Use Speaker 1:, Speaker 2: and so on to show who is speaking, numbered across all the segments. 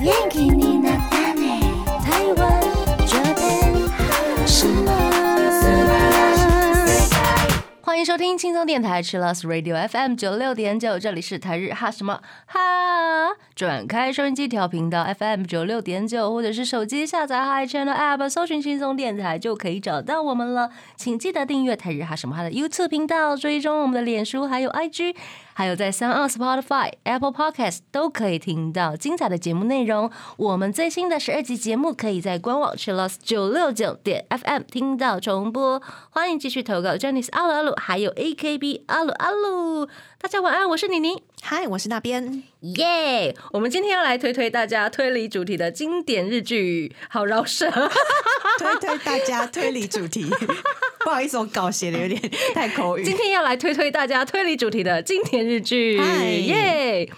Speaker 1: 元気になったね台湾这边什么
Speaker 2: 欢迎收听轻松电台 c h i l l s Radio FM 九六点九，这里是台日哈什么哈。转开收音机调频道 FM 九六点九，或者是手机下载 Hi Channel App，搜寻轻松电台就可以找到我们了。请记得订阅台日哈什么哈的 YouTube 频道，追踪我们的脸书还有 IG，还有在三二 Spotify、Apple Podcast 都可以听到精彩的节目内容。我们最新的十二集节目可以在官网 Chillos 九六九点 FM 听到重播。欢迎继续投稿 j e n n y 阿鲁阿鲁，还有 AKB 阿鲁阿鲁。大家晚安，我是妮妮。
Speaker 3: 嗨，我是那边。
Speaker 2: 耶我们今天要来推推大家推理主题的经典日剧，好饶舌。
Speaker 3: 推推大家推理主 题，不好意思，我稿写的有点太口
Speaker 2: 今
Speaker 3: 语。
Speaker 2: 天要来推推大家推理主题的经典日剧，
Speaker 3: 嗨
Speaker 2: 耶！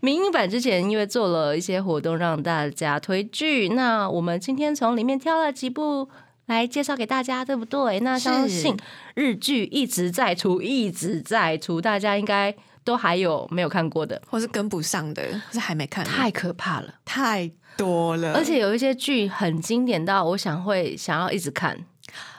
Speaker 2: 民音版之前因为做了一些活动让大家推剧，那我们今天从里面挑了几部。来介绍给大家，对不对？那相信日剧一直在出，一直在出，大家应该都还有没有看过的，
Speaker 3: 我是跟不上的，或是还没看，
Speaker 2: 太可怕了！
Speaker 3: 太多了，
Speaker 2: 呃而且有一些剧很经典到我想会想要一直看，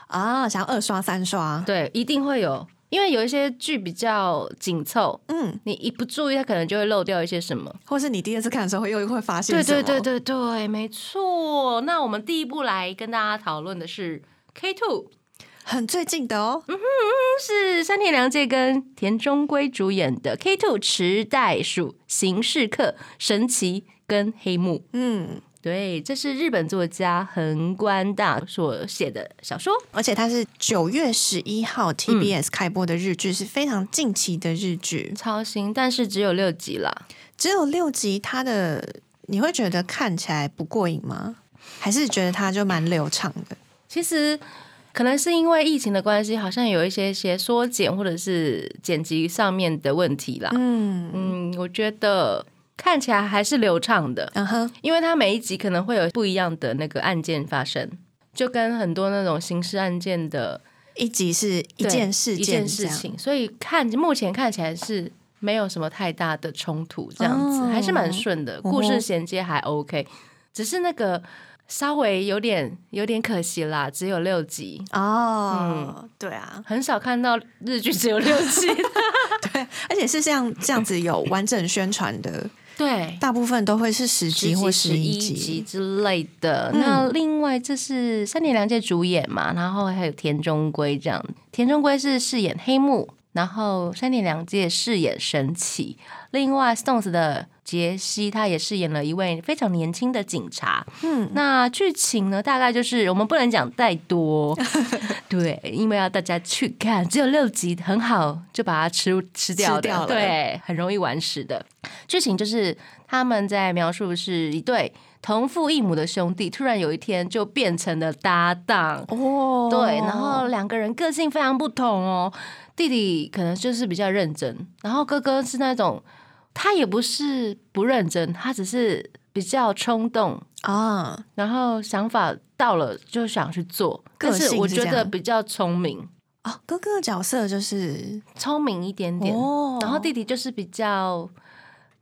Speaker 3: 啊，想要二刷三刷，
Speaker 2: 对，一定会有，因为有一些剧比较紧凑，
Speaker 3: 嗯，
Speaker 2: 你一不注意，它可能就会漏掉一些什么。
Speaker 3: 或是你第二次看的时候会又会发现
Speaker 2: 对
Speaker 3: 什
Speaker 2: 对
Speaker 3: 么
Speaker 2: 对对对，没错。那我们第一步来跟大家讨论的是 K Two，
Speaker 3: 很最近的哦，
Speaker 2: 是山田凉介跟田中圭主演的 K Two 池袋鼠、刑事课、神奇跟黑幕。
Speaker 3: 嗯，
Speaker 2: 对，这是日本作家横关大所写的小说。
Speaker 3: 而且它是九月十一号 TBS 开播的日剧，是非常近期的日剧，
Speaker 2: 超新，但是只有六集啦。
Speaker 3: 只有六集，它的你会觉得看起来不过瘾吗？还是觉得它就蛮流畅的？
Speaker 2: 其实可能是因为疫情的关系，好像有一些些缩减或者是剪辑上面的问题啦。
Speaker 3: 嗯
Speaker 2: 嗯，我觉得看起来还是流畅的，
Speaker 3: 嗯哼，
Speaker 2: 因为它每一集可能会有不一样的那个案件发生，就跟很多那种刑事案件的
Speaker 3: 一集是一
Speaker 2: 对
Speaker 3: 件事
Speaker 2: 一
Speaker 3: 件
Speaker 2: 件事
Speaker 3: 这样，
Speaker 2: 情，所以看目前看起来是。没有什么太大的冲突，这样子、
Speaker 3: 哦
Speaker 2: 还是蛮顺的，
Speaker 3: 哼
Speaker 2: 故事衔接还 OK，、只是那个稍微有点有点可惜啦，只有六集，
Speaker 3: 哦，
Speaker 2: 嗯
Speaker 3: 对啊，
Speaker 2: 很少看到日剧只有六 集的，
Speaker 3: 对，而且是像这样子有完整宣传的，
Speaker 2: 对，
Speaker 3: 大部分都会是十集嗯或
Speaker 2: 十
Speaker 3: 一
Speaker 2: 一集之类的。那另外这是三田凉介主演嘛，然后还有田中圭这样，田中圭是饰演黑幕，然后三田凉介饰演神奇。另外 Stones 的杰西他也饰演了一位非常年轻的警察。嗯，那剧情呢，大概就是我们不能讲太 多，对，因为要大家去看，只有六集，很好就把它吃吃掉的，
Speaker 3: 吃掉了
Speaker 2: 对，很容易玩死的。剧情就是他们在描述是一对同父异母的兄弟，突然有一天就变成了搭档。
Speaker 3: 哦，
Speaker 2: 对，然后两个人个性非常不同哦。弟弟可能就是比较认真，然后哥哥是那种他也不是不认真，他只是比较冲动，
Speaker 3: 啊，
Speaker 2: 然后想法到了就想去做。
Speaker 3: 个
Speaker 2: 但
Speaker 3: 性是
Speaker 2: 是我觉
Speaker 3: 这
Speaker 2: 得
Speaker 3: 样
Speaker 2: 比较聪明，
Speaker 3: 哦，哥哥的角色就是
Speaker 2: 聪明一点点。
Speaker 3: 哦，
Speaker 2: 然后弟弟就是比较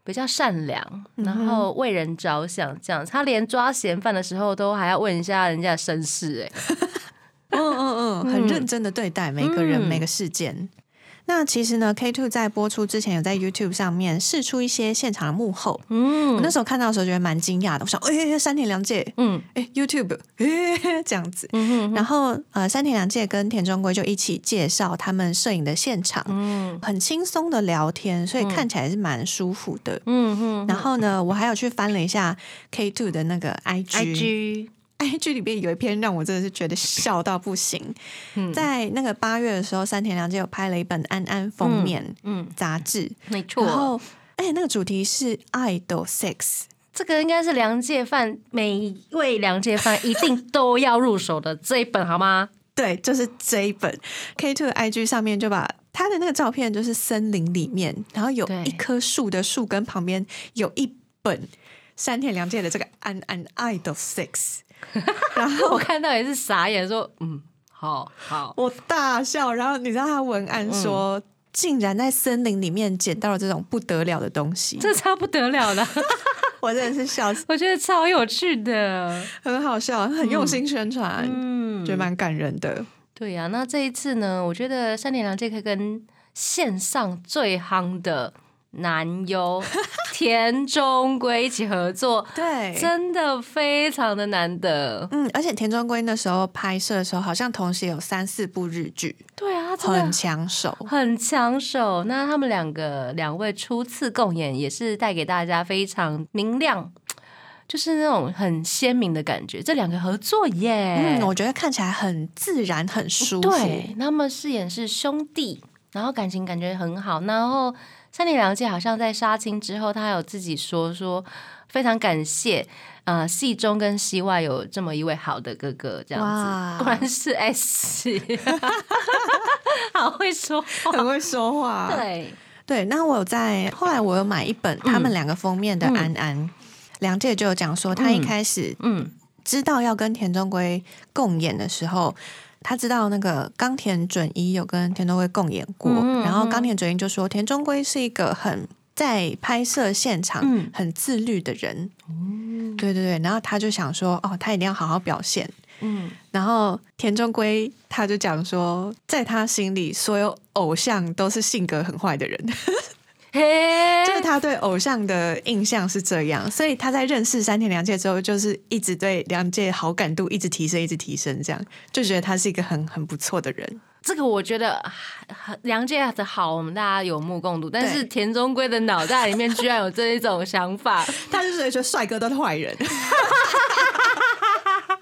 Speaker 2: 比较善良，
Speaker 3: 嗯
Speaker 2: 然后为人着想，这样子他连抓嫌犯的时候都还要问一下人家的身世、哎，
Speaker 3: 嗯嗯嗯，很认真的对待每个人、
Speaker 2: 嗯
Speaker 3: 每个事件。那其实呢，K Two 在播出之前有在 YouTube 上面试出一些现场的幕后。我
Speaker 2: 嗯
Speaker 3: 那时候看到的时候觉得蛮惊讶的，我想，哎、山田凉介，
Speaker 2: 嗯
Speaker 3: 哎、y o u t u b e 哎、这样子。
Speaker 2: 嗯哼
Speaker 3: 然后呃，山田凉介跟田中圭就一起介绍他们摄影的现场，
Speaker 2: 嗯
Speaker 3: 很轻松的聊天，所以看起来是蛮舒服的。
Speaker 2: 嗯哼
Speaker 3: 然后呢，我还有去翻了一下 K Two 的那个 IG，IG
Speaker 2: ，IG
Speaker 3: 里面有一篇让我真的是觉得笑到不行。
Speaker 2: 嗯
Speaker 3: 在那个八月的时候，山田凉介有拍了一本安安封面
Speaker 2: 嗯，
Speaker 3: 杂志，
Speaker 2: 没
Speaker 3: 然
Speaker 2: 错，
Speaker 3: 后而且那个主题是爱豆 sex，
Speaker 2: 这个应该是梁介范每一位梁介范一定都要入手的这一本好吗？
Speaker 3: 对，就是这一本 K Two 的 IG 上面就把他的那个照片，就是森林里面，然后有
Speaker 2: 对
Speaker 3: 一棵树的树根旁边有一本山田凉介的这个《安安爱 的 Sex》，然
Speaker 2: 我
Speaker 3: 后
Speaker 2: 看到也是傻眼，说嗯，好好，
Speaker 3: 我大笑，然后你知道他文案
Speaker 2: 嗯
Speaker 3: 说。竟然在森林里面捡到了这种不得了的东西，
Speaker 2: 这差不得了了，
Speaker 3: 我真的是笑死，
Speaker 2: 我觉得超有趣的。
Speaker 3: 很好笑，很用心宣传，
Speaker 2: 嗯
Speaker 3: 觉得蛮感人的。
Speaker 2: 对呀、那这一次呢，我觉得三点良介可以跟线上最夯的男 优田中圭一起合作，
Speaker 3: 对
Speaker 2: 真的非常的难得。
Speaker 3: 嗯，而且田中圭那时候拍摄的时候，好像同时有三四部日剧，
Speaker 2: 对啊，他真
Speaker 3: 很
Speaker 2: 的
Speaker 3: 抢手。
Speaker 2: 很抢手。那他们两个两位初次共演，也是带给大家非常明亮。就是那种很鲜明的感觉，这两个合作耶！
Speaker 3: 嗯，我觉得看起来很自然，很舒服。
Speaker 2: 对，他们饰演是兄弟，然后感情感觉很好。然后三里良介好像在杀青之后，他有自己说说非常感谢，呃，戏中跟戏外有这么一位好的哥哥，这样
Speaker 3: 哇
Speaker 2: 子，果然是 S，好会说话。
Speaker 3: 很会说话。
Speaker 2: 对，
Speaker 3: 对，嗯那我有在后来我有买一本他们两个封面的《安安》梁姐就有讲说，他一开始
Speaker 2: 嗯，
Speaker 3: 知道要跟田中圭共演的时候，他知道那个冈田准一有跟田中圭共演过，
Speaker 2: 嗯
Speaker 3: 然后冈田准一就说田中圭是一个很在拍摄现场
Speaker 2: 嗯哦
Speaker 3: 很自律的人，对对对，然后他就想说哦，他一定要好好表现。
Speaker 2: 嗯，
Speaker 3: 然后田中圭他就讲说，在他心里，所有偶像都是性格很坏的人，
Speaker 2: 嘿，
Speaker 3: 就是他对偶像的印象是这样，所以他在认识山田凉介之后，就是一直对凉介好感度一直提升，一直提升，这样就觉得他是一个很很不错的人。
Speaker 2: 这个我觉得啊梁介的好，我们大家有目共睹。但是
Speaker 3: 对
Speaker 2: 田中圭的脑袋里面居然有这一种想法，
Speaker 3: 他就是觉得帅哥都是坏人，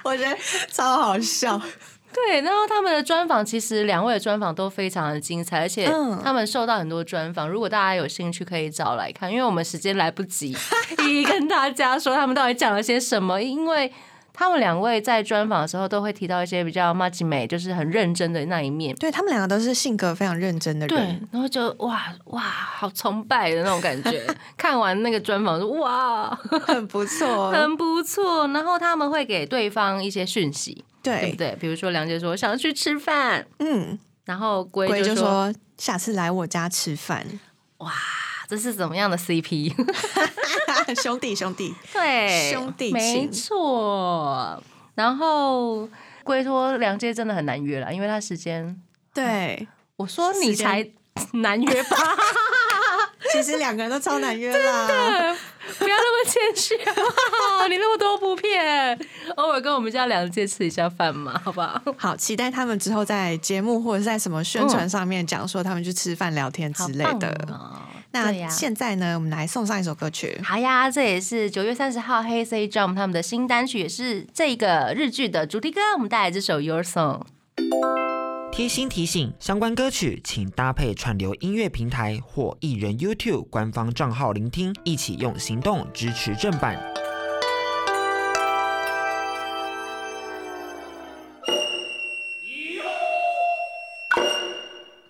Speaker 3: 我觉得超好笑。
Speaker 2: 对，然后他们的专访，其实两位的专访都非常的精彩，而且
Speaker 3: 嗯
Speaker 2: 他们受到很多专访。如果大家有兴趣，可以找来看，因为我们时间来不 及一一跟大家说他们到底讲了些什么，因为。他们两位在专访的时候都会提到一些比较 m a j i m 就是很认真的那一面，
Speaker 3: 对他们两个都是性格非常认真的
Speaker 2: 对
Speaker 3: 人，，
Speaker 2: 然后就哇哇，好崇拜的那种感觉。 哦看完那个专访说哇，
Speaker 3: 很不错。
Speaker 2: 很不错。然后他们会给对方一些讯息，对不
Speaker 3: 对，
Speaker 2: 对？比如说梁姐说想要去吃饭，
Speaker 3: 嗯，
Speaker 2: 然后龟
Speaker 3: 龟
Speaker 2: 就
Speaker 3: 就
Speaker 2: 说
Speaker 3: 说下次来我家吃饭，
Speaker 2: 这是怎么样的 CP？
Speaker 3: 兄弟兄弟，
Speaker 2: 对，
Speaker 3: 兄弟情
Speaker 2: 没错。然后龟说梁介真的很难约了，因为他时间，
Speaker 3: 对。
Speaker 2: 我说你
Speaker 3: 时间
Speaker 2: 才 难约吧，
Speaker 3: 其实两个人都超难约啦，
Speaker 2: 不要那么谦虚好不好？你那么多部片，偶尔跟我们家梁介吃一下饭嘛，好不好？
Speaker 3: 好，期待他们之后在节目或者在什么宣传上面讲说他们去吃饭、聊天之类的。
Speaker 2: 好棒哦对
Speaker 3: 那
Speaker 2: 呀
Speaker 3: 现在呢，我们来送上一首歌曲。
Speaker 2: 好呀，这也是九月三十号黑 C Jump 他们的新单曲，也是这个日剧的主题歌。我们带来这首《Your Song》。
Speaker 4: 贴心提醒：相关歌曲请搭配串流音乐平台或艺人 YouTube 官方账号聆听，一起用行动支持正版。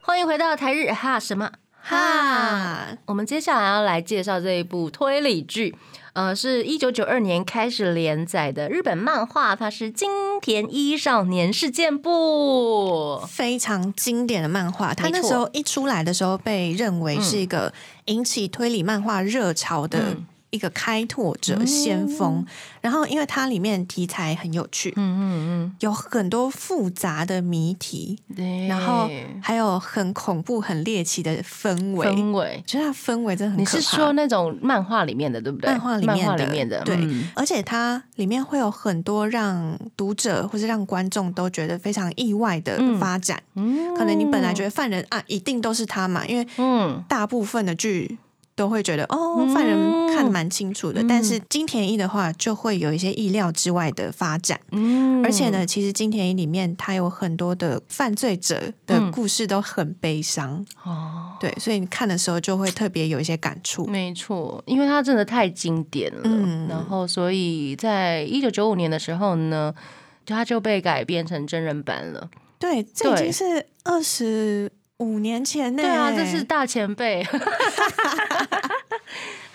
Speaker 2: 欢迎回到台日哈什么哈。
Speaker 3: 哈，
Speaker 2: 我们接下来要来介绍这一部推理剧，呃，是一九九二年开始连载的日本漫画，它是金田一少年事件簿。
Speaker 3: 非常经典的漫画，它那时候一出来的时候被认为是一个引起推理漫画热潮的
Speaker 2: 嗯
Speaker 3: 一个开拓者、先锋。然后，因为它里面题材很有趣，
Speaker 2: 嗯嗯
Speaker 3: 有很多复杂的谜题，
Speaker 2: 嗯，对
Speaker 3: 然后还有很恐怖、很猎奇的氛围。
Speaker 2: 氛围
Speaker 3: 我，觉得它氛围真的很
Speaker 2: 你
Speaker 3: 可怕。
Speaker 2: 是说那种漫画里面的对不对？
Speaker 3: 漫画里面的
Speaker 2: 漫画里面的
Speaker 3: 对
Speaker 2: 嗯
Speaker 3: 而且它里面会有很多让读者或是让观众都觉得非常意外的发展。
Speaker 2: 嗯
Speaker 3: 可能你本来觉得犯人啊一定都是他嘛，因为
Speaker 2: 嗯，
Speaker 3: 大部分的剧都会觉得哦犯人看得蛮清楚
Speaker 2: 嗯
Speaker 3: 的，但是金田一的话就会有一些意料之外的发展。
Speaker 2: 嗯
Speaker 3: 而且呢，其实金田一里面它有很多的犯罪者
Speaker 2: 嗯
Speaker 3: 的故事都很悲伤，
Speaker 2: 哦，
Speaker 3: 对，所以你看的时候就会特别有一些感触。
Speaker 2: 没错，因为它真的太经典了。
Speaker 3: 嗯
Speaker 2: 然后，所以在一九九五年的时候呢，就它就被改编成真人版了。
Speaker 3: 对，这已
Speaker 2: 对啊
Speaker 3: 经是二十五年前呢。
Speaker 2: 对啊，这是大前辈。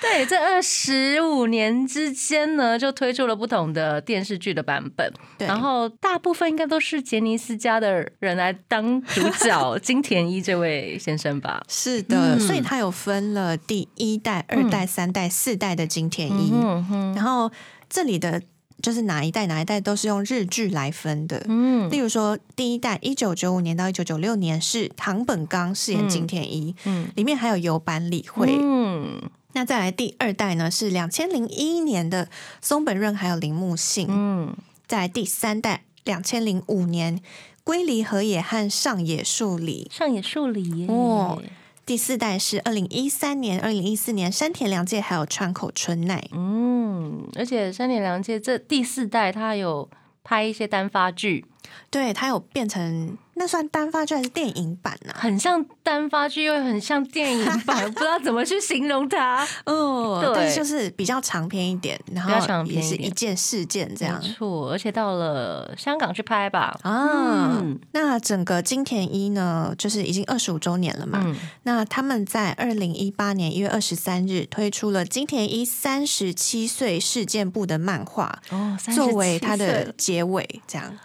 Speaker 2: 对， 对，在二十五年之间呢，就推出了不同的电视剧的版本，
Speaker 3: 对
Speaker 2: 然后大部分应该都是杰尼斯家的人来当主 角，金田一这位先生吧。
Speaker 3: 是的，
Speaker 2: 嗯
Speaker 3: 所以它有分了第一代、二代、三代、四代的金田一，
Speaker 2: 嗯哼，
Speaker 3: 然后这里的就是哪一代哪一代都是用日剧来分的。
Speaker 2: 嗯
Speaker 3: 例如说，第一代一九九五年到一九九六年是唐本刚饰演金田一，
Speaker 2: 嗯
Speaker 3: 里面还有有版理惠。
Speaker 2: 嗯
Speaker 3: 那再来第二代呢是两千零一年的松本润还有铃木幸，
Speaker 2: 嗯
Speaker 3: 再来第三代两千零五年龟梨和也和上野树里，
Speaker 2: 上野树里耶
Speaker 3: 哦第四代是二零一三年、二零一四年山田凉介还有川口春奈。
Speaker 2: 嗯，而且山田凉介这第四代他有拍一些单发剧，
Speaker 3: 对，它有变成那算单发剧还是电影版啊呢、
Speaker 2: 很像单发剧，又很像电影 版，不知道怎么去形容它。
Speaker 3: 哦
Speaker 2: 对
Speaker 3: 但是就是比较长篇一点，然
Speaker 2: 比较长
Speaker 3: 后
Speaker 2: 篇
Speaker 3: 也
Speaker 2: 一
Speaker 3: 是
Speaker 2: 点
Speaker 3: 一件事件这样
Speaker 2: 没错，而且到了香港去拍吧。
Speaker 3: 啊。
Speaker 2: 嗯
Speaker 3: 那整个金田一呢，就是已经二十五周年了嘛。
Speaker 2: 嗯
Speaker 3: 那他们在二零一八年一月二十三日推出了金田一三十七岁事件簿的漫画，
Speaker 2: 哦，37
Speaker 3: 作为它的
Speaker 2: 岁
Speaker 3: 结尾，这样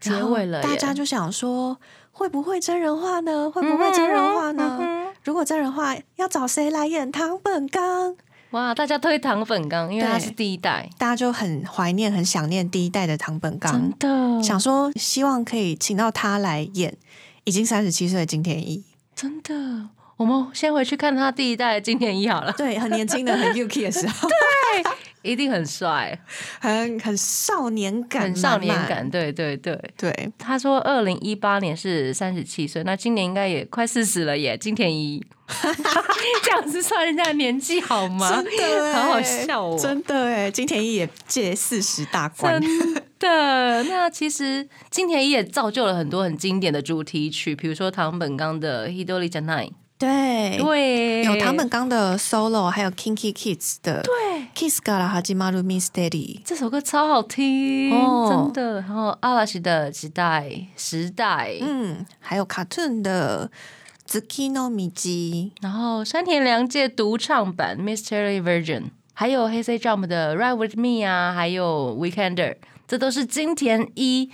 Speaker 2: 结尾了
Speaker 3: 然
Speaker 2: 耶，
Speaker 3: 后大家就想说，会不会真人化呢？会不会真人化呢？
Speaker 2: 嗯哼
Speaker 3: 如果真人化，要找谁来演唐本刚？
Speaker 2: 哇，大家推唐本刚，因为他
Speaker 3: 对
Speaker 2: 是第一代，
Speaker 3: 大家就很怀念、很想念第一代的唐本刚
Speaker 2: 真，的，
Speaker 3: 想说希望可以请到他来演已经三十七岁的金田一。
Speaker 2: 真的。我们先回去看他第一代的经典一好了，
Speaker 3: 对，很年轻的、很 Yuki 的时候，
Speaker 2: 一定很帅，
Speaker 3: 很很少年感，
Speaker 2: 很少年
Speaker 3: 满满。
Speaker 2: 感。对对对，
Speaker 3: 对，
Speaker 2: 他说二零一八年是三十七岁，那今年应该也快四十了耶。金田 一这样子算人家的年纪好吗？
Speaker 3: 真的欸，
Speaker 2: 好好笑哦
Speaker 3: 真的哎，金田一也借四十大关。
Speaker 2: 真的，那其实金田一也造就了很多很经典的主题曲，比如说唐本刚的《Hidori Janai
Speaker 3: 对》，
Speaker 2: 对，
Speaker 3: 哎有唐本刚的 solo，还有 Kinky Kids 的
Speaker 2: 对
Speaker 3: Kiss Gara Hajimaru Mystery。
Speaker 2: 这首歌超好听，
Speaker 3: 哦
Speaker 2: 真的。然后阿拉西的时代，时代，
Speaker 3: 嗯，还有 Cartoon 的 Zukino Miji，
Speaker 2: 然后山田凉介独唱版《Mystery Version》，还有黑 C Jump 的《Ride With Me》啊，还有 Weekender，这都是金田一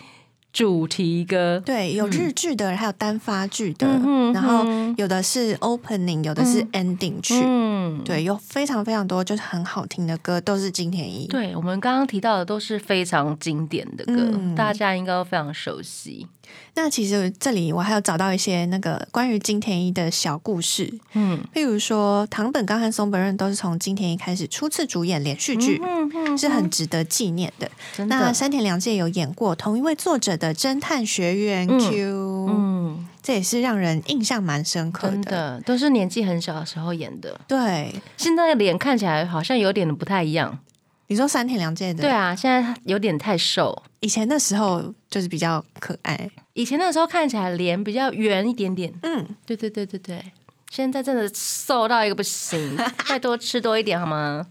Speaker 2: 主题歌。
Speaker 3: 对，有日剧的，还有单发剧的，
Speaker 2: 嗯哼
Speaker 3: 然后有的是 opening，有的是 ending 曲，
Speaker 2: 嗯，
Speaker 3: 对，有非常非常多就是很好听的歌，都是金田一。
Speaker 2: 对，我们刚刚提到的都是非常经典的歌，
Speaker 3: 嗯
Speaker 2: 大家应该都非常熟悉。
Speaker 3: 那其实这里我还有找到一些那个关于金田一的小故事，
Speaker 2: 嗯
Speaker 3: 譬如说唐本刚和松本润都是从金田一开始初次主演连续剧，
Speaker 2: 嗯嗯，
Speaker 3: 是很值得纪念的。
Speaker 2: 真
Speaker 3: 那
Speaker 2: 的，
Speaker 3: 山田凉介有演过同一位作者的《侦探学院
Speaker 2: 嗯
Speaker 3: Q》，
Speaker 2: 嗯，
Speaker 3: 这也是让人印象蛮深刻
Speaker 2: 真
Speaker 3: 的。
Speaker 2: 的都是年纪很小的时候演的，
Speaker 3: 对，
Speaker 2: 现在脸看起来好像有点不太一样。
Speaker 3: 你说山田凉介的，
Speaker 2: 对，啊，现在有点太瘦。
Speaker 3: 以前的时候就是比较可爱，
Speaker 2: 以前那时候看起来脸比较圆一点点，
Speaker 3: 嗯，
Speaker 2: 对对对对对，现在真的瘦到一个不 行，再多吃多一点好吗？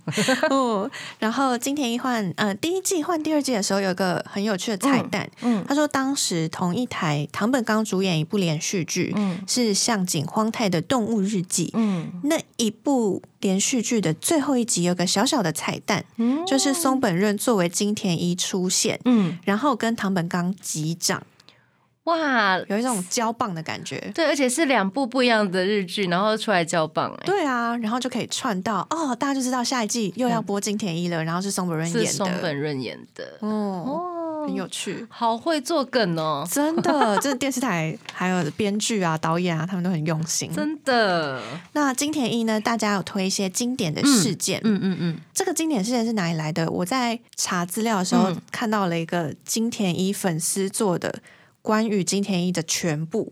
Speaker 3: 哦，然后金田一换呃第一季换第二季的时候，有一个很有趣的彩蛋，
Speaker 2: 嗯
Speaker 3: 他说当时同一台唐本刚主演一部连续剧，
Speaker 2: 嗯
Speaker 3: 是向井荒太的《动物日记》。
Speaker 2: 嗯
Speaker 3: 那一部连续剧的最后一集有个小小的彩蛋，
Speaker 2: 嗯
Speaker 3: 就是松本润作为金田一出现，
Speaker 2: 嗯，
Speaker 3: 然后跟唐本刚击掌，
Speaker 2: 哇，
Speaker 3: 有一种交棒的感觉。
Speaker 2: 对，而且是两部不一样的日剧，然后出来交棒、哎，
Speaker 3: 对啊，然后就可以串到哦，大家就知道下一季又要播金田一了，然后是松本
Speaker 2: 嗯
Speaker 3: 润
Speaker 2: 是
Speaker 3: 演
Speaker 2: 松
Speaker 3: 的，
Speaker 2: 本润演的，
Speaker 3: 哦，
Speaker 2: 哦，
Speaker 3: 很有趣
Speaker 2: 好会做梗哦，
Speaker 3: 真的，这电视台还有编剧啊、导演啊，他们都很用心。
Speaker 2: 真的，
Speaker 3: 那金田一呢，大家有推一些经典的事件，
Speaker 2: 嗯嗯嗯，
Speaker 3: 这个经典事件是哪里来的？我在查资料的时候、
Speaker 2: 嗯
Speaker 3: 看到了一个金田一粉丝做的关于金田一的全 部。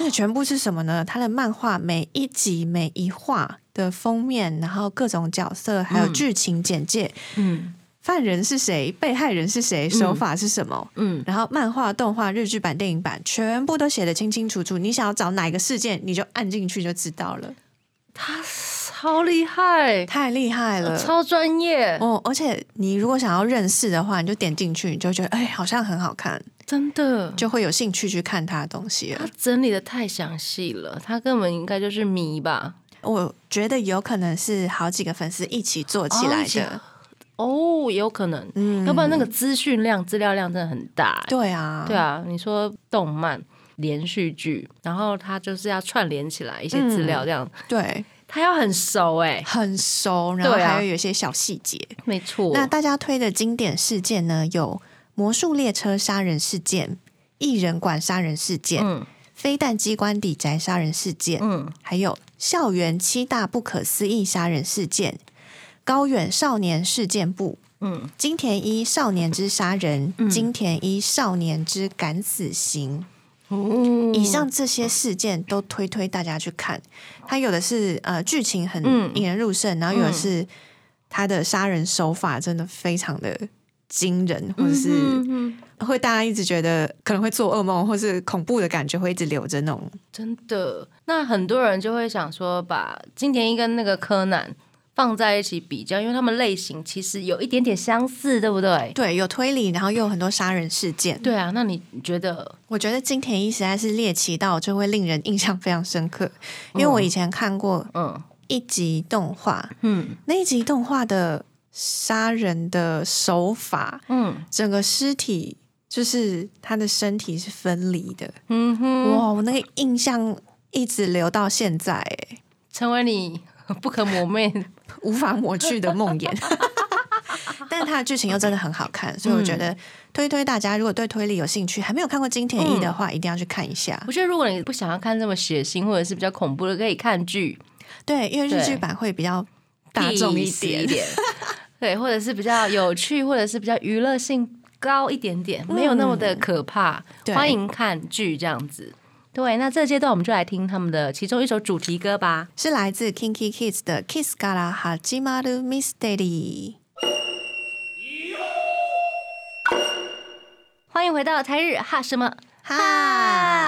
Speaker 3: 那个全部是什么呢？他的漫画每一集每一画的封面，然后各种角色，还有
Speaker 2: 嗯
Speaker 3: 剧情简介，
Speaker 2: 嗯
Speaker 3: 犯人是谁，被害人是谁，手法是什么。
Speaker 2: 嗯，
Speaker 3: 然后漫画、动画、日剧版、电影版，全部都写得清清楚楚。你想要找哪一个事件，你就按进去就知道了。
Speaker 2: 超厉害，
Speaker 3: 太厉害了！
Speaker 2: 超专业，
Speaker 3: 哦，而且你如果想要认识的话，你就点进去，你就觉得哎、好像很好看，
Speaker 2: 真的，
Speaker 3: 就会有兴趣去看他的东西
Speaker 2: 他
Speaker 3: 了。
Speaker 2: 整理的太详细了，他根本应该就是迷吧，
Speaker 3: 我觉得有可能是好几个粉丝一起做起
Speaker 2: 哦
Speaker 3: 来
Speaker 2: 一起
Speaker 3: 的，
Speaker 2: 哦，有可能，
Speaker 3: 嗯
Speaker 2: 要不然那个资讯量、资料量真的很大、欸。
Speaker 3: 对啊，
Speaker 2: 对啊，你说动漫、连续剧，然后它就是要串联起来一些资料，这样、
Speaker 3: 对，
Speaker 2: 它要很熟哎、
Speaker 3: 很熟，然后
Speaker 2: 对啊
Speaker 3: 还有有一些小细节。
Speaker 2: 没错。
Speaker 3: 那大家推的经典事件呢，有魔术列车杀人事件、艺人馆杀人事件、
Speaker 2: 嗯
Speaker 3: 飞弹机关抵宅杀人事件，
Speaker 2: 嗯，
Speaker 3: 还有校园七大不可思议杀人事件、高远少年事件簿、
Speaker 2: 嗯，
Speaker 3: 金田一少年之杀人、金田一少年之敢死刑。
Speaker 2: 哦
Speaker 3: 以上这些事件都推推大家去看，它有的是呃剧情很
Speaker 2: 嗯
Speaker 3: 引人入胜，然后有的
Speaker 2: 嗯
Speaker 3: 是他的杀人手法真的非常的惊人，或者
Speaker 2: 嗯
Speaker 3: 是
Speaker 2: 嗯嗯
Speaker 3: 会大家一直觉得可能会做噩梦，或是恐怖的感觉会一直留着那种。
Speaker 2: 真的。那很多人就会想说，把金田一跟那个柯南放在一起比较，因为他们类型其实有一点点相似，对不对？
Speaker 3: 对，有推理，然后又有很多杀人事件。
Speaker 2: 对啊，那你你觉得？
Speaker 3: 我觉得金田一实在是猎奇到就会令人印象非常深刻，因为我以前看过
Speaker 2: 嗯
Speaker 3: 一集动画，
Speaker 2: 嗯
Speaker 3: 那一集动画的杀人的手法，
Speaker 2: 嗯
Speaker 3: 整个尸体就是他的身体是分离的，
Speaker 2: 嗯哼，
Speaker 3: 哇，我那个印象一直留到现在、欸，
Speaker 2: 成为你不可磨灭 的
Speaker 3: 无法抹去的梦魇。 但它的剧情又真的很好看，所以我觉
Speaker 2: 嗯
Speaker 3: 得推推大家，如果对推理有兴趣，还没有看过金田一
Speaker 2: 嗯
Speaker 3: 的话，一定要去看一下
Speaker 2: 我。觉得如果你不想要看这么血腥或者是比较恐怖的，可以看剧，
Speaker 3: 对，因为日剧
Speaker 2: 对
Speaker 3: 版会比较大众
Speaker 2: 一
Speaker 3: 一点，
Speaker 2: 点， 对，或者是比较有趣，或者是比较娱乐性高一点点，没有那么的可怕。
Speaker 3: 对
Speaker 2: 欢迎看剧这样子。对，那这阶段我们就来听他们的其中一首主题歌吧。
Speaker 3: 是来自 Kinky Kids 的《Kiss Gara Hajimaru Mystery》。
Speaker 2: 欢迎回到台日哈什么
Speaker 3: 啊
Speaker 2: 哈，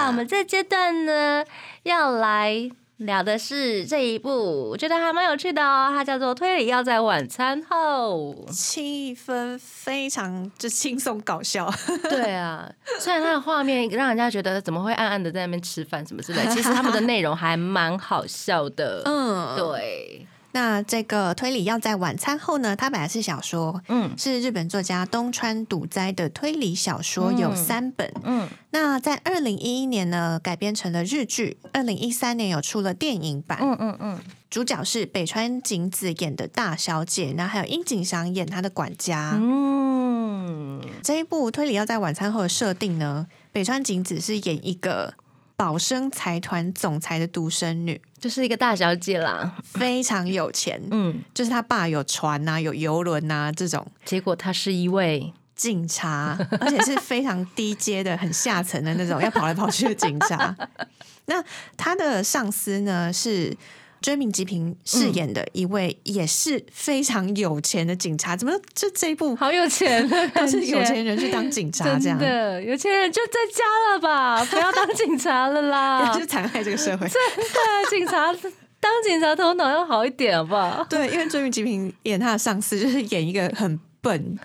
Speaker 2: 我
Speaker 3: 哈，
Speaker 2: 们这阶段呢要来。聊的是这一部，我觉得还蛮有趣的哦。它叫做《推理要在晚餐后》。
Speaker 3: 气氛非常就轻松搞笑，
Speaker 2: 对啊，虽然它的画面让人家觉得怎么会暗暗的在那边吃饭什么之 类，其实他们的内容还蛮好笑的。
Speaker 3: 嗯，
Speaker 2: 对，
Speaker 3: 那这个推理要在晚餐后呢，它本来是小说，
Speaker 2: 嗯
Speaker 3: 是日本作家东川笃哉的推理小说，
Speaker 2: 嗯
Speaker 3: 有三本。
Speaker 2: 嗯
Speaker 3: 那在二零一一年呢，改编成了日剧，二零一三年有出了电影版，
Speaker 2: 嗯嗯嗯
Speaker 3: 主角是北川景子演的大小姐，然后还有樱井翔演她的管家。
Speaker 2: 嗯，
Speaker 3: 这一部推理要在晚餐后的设定呢，北川景子是演一个宝生财团总裁的独生女，
Speaker 2: 就是一个大小姐啦。
Speaker 3: 非常有钱，
Speaker 2: 嗯，
Speaker 3: 就是她爸有船呐、有游轮呐这种。
Speaker 2: 结果她是一位，
Speaker 3: 警察， 而且是非常低阶的、很下层的那种，要跑来跑去的警察。 那他的上司呢是追名吉平饰演的一位也是非常有钱的警察，怎么就这一部
Speaker 2: 好有钱的感
Speaker 3: 都
Speaker 2: 觉，
Speaker 3: 是有钱人去当警察这
Speaker 2: 真
Speaker 3: 样？
Speaker 2: 的有钱人就在家了吧，不要当警察了啦
Speaker 3: 就。是残害这个社会。
Speaker 2: 真的，警察当警察头脑要好一点，好不好？
Speaker 3: 对，因为追名吉平演他的上司，就是演一个很笨，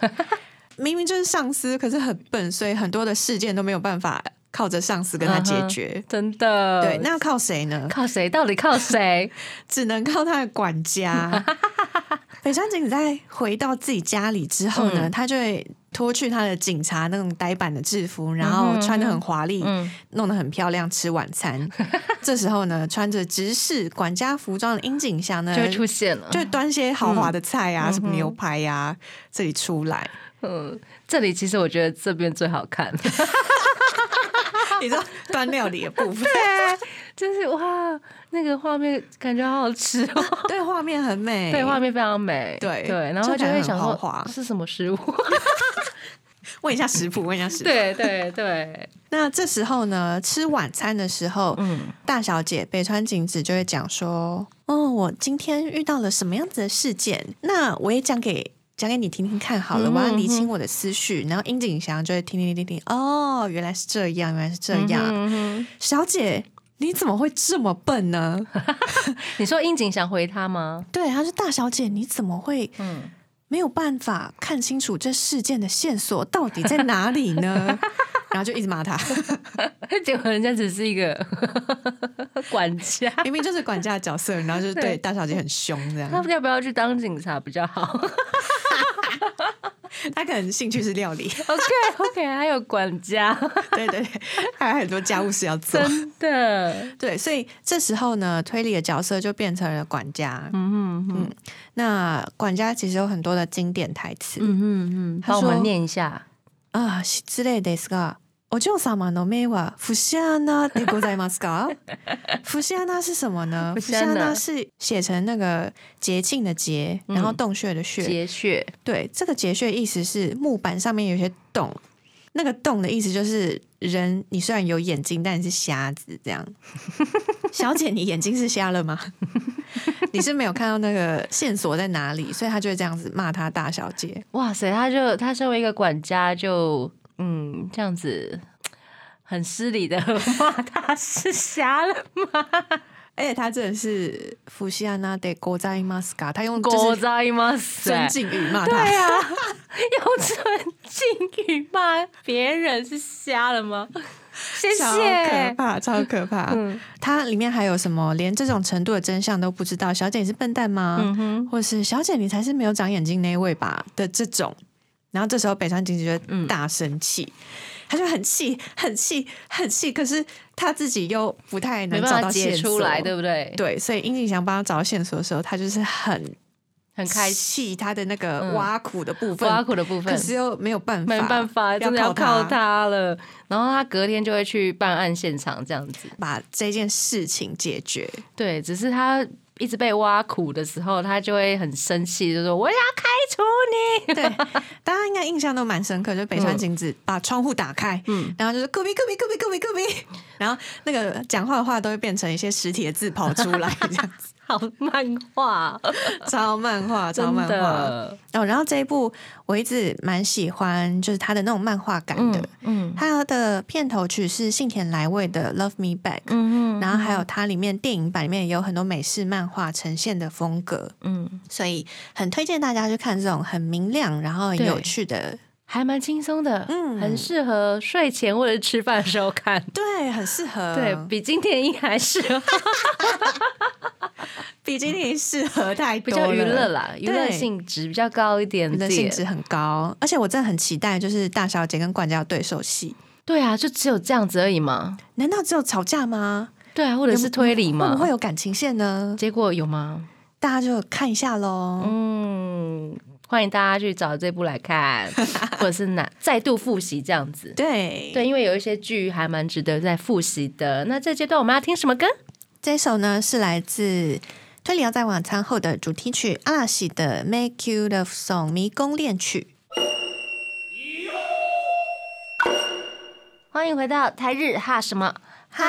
Speaker 3: 明明就是上司，可是很笨，所以很多的事件都没有办法靠着上司跟他解决。
Speaker 2: 真的。
Speaker 3: 对，那要靠谁呢？
Speaker 2: 靠谁？到底靠谁？
Speaker 3: 只能靠他的管 家。北川景在回到自己家里之后
Speaker 2: 嗯
Speaker 3: 呢，他就会脱去他的警察那种呆板的制服，然后穿的很华丽，
Speaker 2: 嗯
Speaker 3: 弄得很漂亮，吃晚 餐。这时候呢，穿着执事管家服装的樱井翔呢，
Speaker 2: 就会出现了。
Speaker 3: 就会端些豪华的菜啊，什么牛排呀、啊，这里出来。
Speaker 2: 嗯，这里其实我觉得这边最好看，
Speaker 3: 你知道端料理的部分，
Speaker 2: 就是哇，那个画面感觉好好吃哦。
Speaker 3: 对，画面很美，
Speaker 2: 对，画面非常美，
Speaker 3: 对
Speaker 2: 对，然后就
Speaker 3: 就感觉
Speaker 2: 会
Speaker 3: 很
Speaker 2: 想
Speaker 3: 豪
Speaker 2: 说
Speaker 3: 华
Speaker 2: 是什么食物？
Speaker 3: 问一下食谱，问一下食谱。
Speaker 2: 对对对，
Speaker 3: 那这时候呢，吃晚餐的时候，
Speaker 2: 嗯
Speaker 3: 大小姐北川景子就会讲说：“哦，我今天遇到了什么样子的事件？那我也讲给讲给你听听看好了，
Speaker 2: 嗯哼
Speaker 3: 我要理清我的思绪。然后樱井翔就会听听听听，哦，原来是这样，原来是这样。
Speaker 2: 嗯哼
Speaker 3: 小姐，你怎么会这么笨呢？
Speaker 2: 你说樱井想回他吗？
Speaker 3: 对，她说大小姐，你怎么会
Speaker 2: 嗯，
Speaker 3: 没有办法看清楚这事件的线索到底在哪里呢？然后就一直骂他，
Speaker 2: 结果人家只是一个 管家。
Speaker 3: 明明就是管家的角色，然后就是对
Speaker 2: 对
Speaker 3: 大小姐很凶这样。
Speaker 2: 他要不要去当警察比较好
Speaker 3: 他可能兴趣是料 理，
Speaker 2: ？OK OK，还有管家，
Speaker 3: 对对对，还有很多家务事要做。
Speaker 2: 真的，
Speaker 3: 对，所以这时候呢，推理的角色就变成了管家。
Speaker 2: 嗯嗯嗯
Speaker 3: 那管家其实有很多的经典台词
Speaker 2: 嗯嗯嗯，
Speaker 3: 他
Speaker 2: 帮我
Speaker 3: 说
Speaker 2: 们念一下。
Speaker 3: 啊，失礼ですが、お嬢様の目は不思議なでございますか？不思議な是什么呢？
Speaker 2: 不
Speaker 3: 不
Speaker 2: 思
Speaker 3: 思
Speaker 2: 議
Speaker 3: 議
Speaker 2: な
Speaker 3: な是写成那个捷径的捷，然后洞穴的穴。
Speaker 2: 结穴，
Speaker 3: 对，这个结穴意思是木板上面有些洞，那个洞的意思就是人，你虽然有眼睛，但你是瞎子这样。小姐，你眼睛是瞎了吗？ 你是没有看到那个线索在哪里，所以他就会这样子骂他大小姐。
Speaker 2: 哇塞，他就他身为一个管家就，嗯这样子。很失礼的 骂他是瞎了，
Speaker 3: 而且他真的是福西安娜得国在马斯卡，他用就
Speaker 2: ご
Speaker 3: 是
Speaker 2: ざいます。
Speaker 3: 尊敬语骂
Speaker 2: 对
Speaker 3: 他。
Speaker 2: 啊，用尊敬语骂别人是瞎了吗？谢嗯
Speaker 3: 超可
Speaker 2: 谢。
Speaker 3: 怕，超可怕！它里面还有什么？连这种程度的真相都不知道，小姐你是笨蛋吗？
Speaker 2: 嗯哼，
Speaker 3: 或是小姐你才是没有长眼睛那一位吧的这种。然后这时候北川景子就会
Speaker 2: 嗯
Speaker 3: 大生气，他就很气、很气、很气，可是他自己又不太
Speaker 2: 没
Speaker 3: 能找
Speaker 2: 办
Speaker 3: 到
Speaker 2: 法
Speaker 3: 线
Speaker 2: 解
Speaker 3: 索，
Speaker 2: 出来，对不对？
Speaker 3: 对，所以殷景祥帮他找到线索的时候，他就是很
Speaker 2: 很开心，
Speaker 3: 气他的那
Speaker 2: 嗯
Speaker 3: 个挖苦的部分，
Speaker 2: 挖苦的部分
Speaker 3: 可是又没有办法，
Speaker 2: 没办法，真的要
Speaker 3: 要
Speaker 2: 靠
Speaker 3: 他
Speaker 2: 他了。然后他隔天就会去办案现场，这样子。
Speaker 3: 把这件事情 解决。
Speaker 2: 对，只是他一直被挖苦的时候，他就会很生气，就说我要开除你。
Speaker 3: 对，大家应该印象都蛮深刻，就是北川景
Speaker 2: 嗯
Speaker 3: 子把窗户打开，嗯，然后就是隔壁隔壁隔壁隔壁隔壁， 然后那个讲话的话都会变成一些实体的字跑出 来，这样子，
Speaker 2: 好漫 画，
Speaker 3: 超漫画，超
Speaker 2: 真
Speaker 3: 漫画。
Speaker 2: 的，
Speaker 3: 哦，然后这一部我一直蛮喜欢，就是它的那种漫画感的。
Speaker 2: 嗯
Speaker 3: 它的片头曲是幸田来未的《Love Me Back》，
Speaker 2: 嗯
Speaker 3: 然后还有它里面电影版里面也有很多美式漫画呈现的风格，
Speaker 2: 嗯，
Speaker 3: 所以很推荐大家去看这种很明亮然后很有
Speaker 2: 对
Speaker 3: 趣的
Speaker 2: 还蛮轻松的，嗯，
Speaker 3: 嗯
Speaker 2: 很适合睡前或者吃饭的时候看。
Speaker 3: 对，很适合，
Speaker 2: 对比金田一还 适合，
Speaker 3: 比基尼适合太
Speaker 2: 比
Speaker 3: 多
Speaker 2: 较娱乐
Speaker 3: 了。
Speaker 2: 啦，娱乐
Speaker 3: 对
Speaker 2: 性质比较高一点
Speaker 3: 娱乐
Speaker 2: 点。
Speaker 3: 性质很高，而且我真的很期待，就是大小姐跟管家的对手戏。
Speaker 2: 对啊，就只有这样子而已嘛。
Speaker 3: 难道只有吵架吗？
Speaker 2: 对啊，或者是推理
Speaker 3: 会
Speaker 2: 嘛
Speaker 3: 不。会有感情线呢？
Speaker 2: 结果有吗？
Speaker 3: 大家就看一下喽。
Speaker 2: 嗯，欢迎大家去找这部来 看，或者是哪再度复习这样子。
Speaker 3: 对，
Speaker 2: 对，因为有一些剧还蛮值得再复习的。那这阶段我们要听什么歌？
Speaker 3: 这首呢是来自推理要在晚餐后的主题曲阿拉西的《Make You Love Song》迷宫恋曲。
Speaker 2: 欢迎回到台日哈什么哈？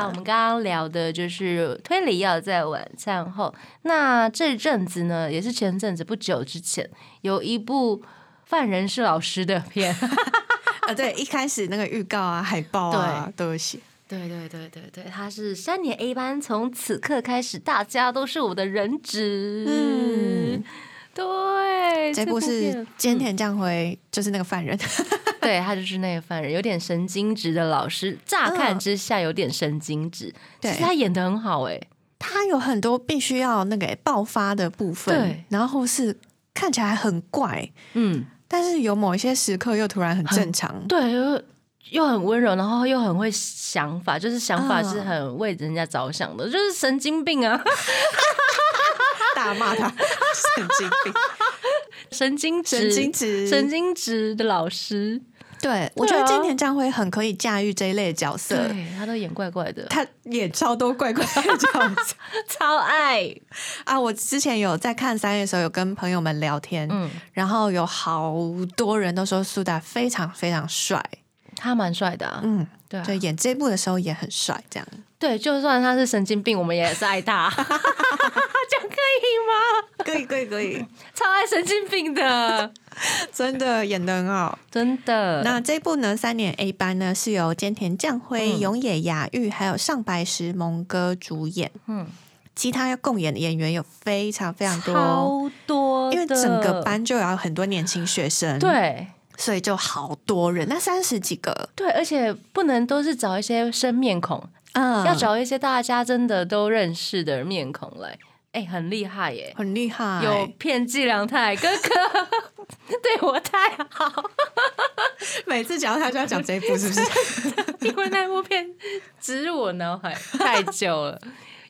Speaker 3: 哈
Speaker 2: 我们刚刚聊的就是推理要在晚餐后。那这阵子呢，也是前阵子不久之前，有一部犯人是老师的片。
Speaker 3: 啊，对，一开始那个预告啊、海报啊都有写。
Speaker 2: 对对对对对，他是三年 A 班，从此刻开始，大家都是我的人质。
Speaker 3: 嗯，
Speaker 2: 对，
Speaker 3: 这部是
Speaker 2: 哎片嗯
Speaker 3: 菅田将晖，就是那个犯人。
Speaker 2: 对他就是那个犯人，有点神经质的老师，乍看之下有点神经质，
Speaker 3: 对
Speaker 2: 其实他演的很好哎、
Speaker 3: 他有很多必须要那个哎爆发的部分
Speaker 2: 对，
Speaker 3: 然后是看起来很怪，
Speaker 2: 嗯，
Speaker 3: 但是有某一些时刻又突然很正 常。
Speaker 2: 对，又又很温柔，然后又很会想法，就是想法是很为人家着想的，就是神经病啊，
Speaker 3: 大骂他 神经病、
Speaker 2: 神经质，
Speaker 3: 神经质、
Speaker 2: 神经质的老师，
Speaker 3: 对，我觉得今田将晖很可以驾驭这一类的角色，
Speaker 2: 对他都演怪怪的，
Speaker 3: 他演超多怪怪的角色
Speaker 2: 超爱，
Speaker 3: 啊！我之前有在看三月的时候，有跟朋友们聊天，
Speaker 2: 嗯，
Speaker 3: 然后有好多人都说苏打非常非常帅，
Speaker 2: 他蛮帅的、啊，
Speaker 3: 嗯，
Speaker 2: 对啊
Speaker 3: 就演这部的时候也很帅，这样。
Speaker 2: 对，就算他是神经病，我们也是爱他， 这样可以吗？
Speaker 3: 可以，可以，可以，
Speaker 2: 超爱神经病 的，
Speaker 3: 真的演的很好。
Speaker 2: 真的。
Speaker 3: 那这一部呢，三年 A 班呢是由菅田将晖、永野雅玉还有上白石萌歌主演，
Speaker 2: 嗯
Speaker 3: 嗯，其他要共演的演员有非常非常多，哦
Speaker 2: 超多的，
Speaker 3: 因为整个班就有很多年轻学生，，
Speaker 2: 对，
Speaker 3: 所以就好多人，那三十几个，
Speaker 2: 对，而且不能都是找一些生面孔，
Speaker 3: 嗯
Speaker 2: 要找一些大家真的都认识的面孔来，哎、很厉害耶！
Speaker 3: 很厉害，
Speaker 2: 有骗伎良太哥哥 对我太好，
Speaker 3: 每次讲到他就要讲这一部，是不是？
Speaker 2: 因为那部片植入我脑 海太久了。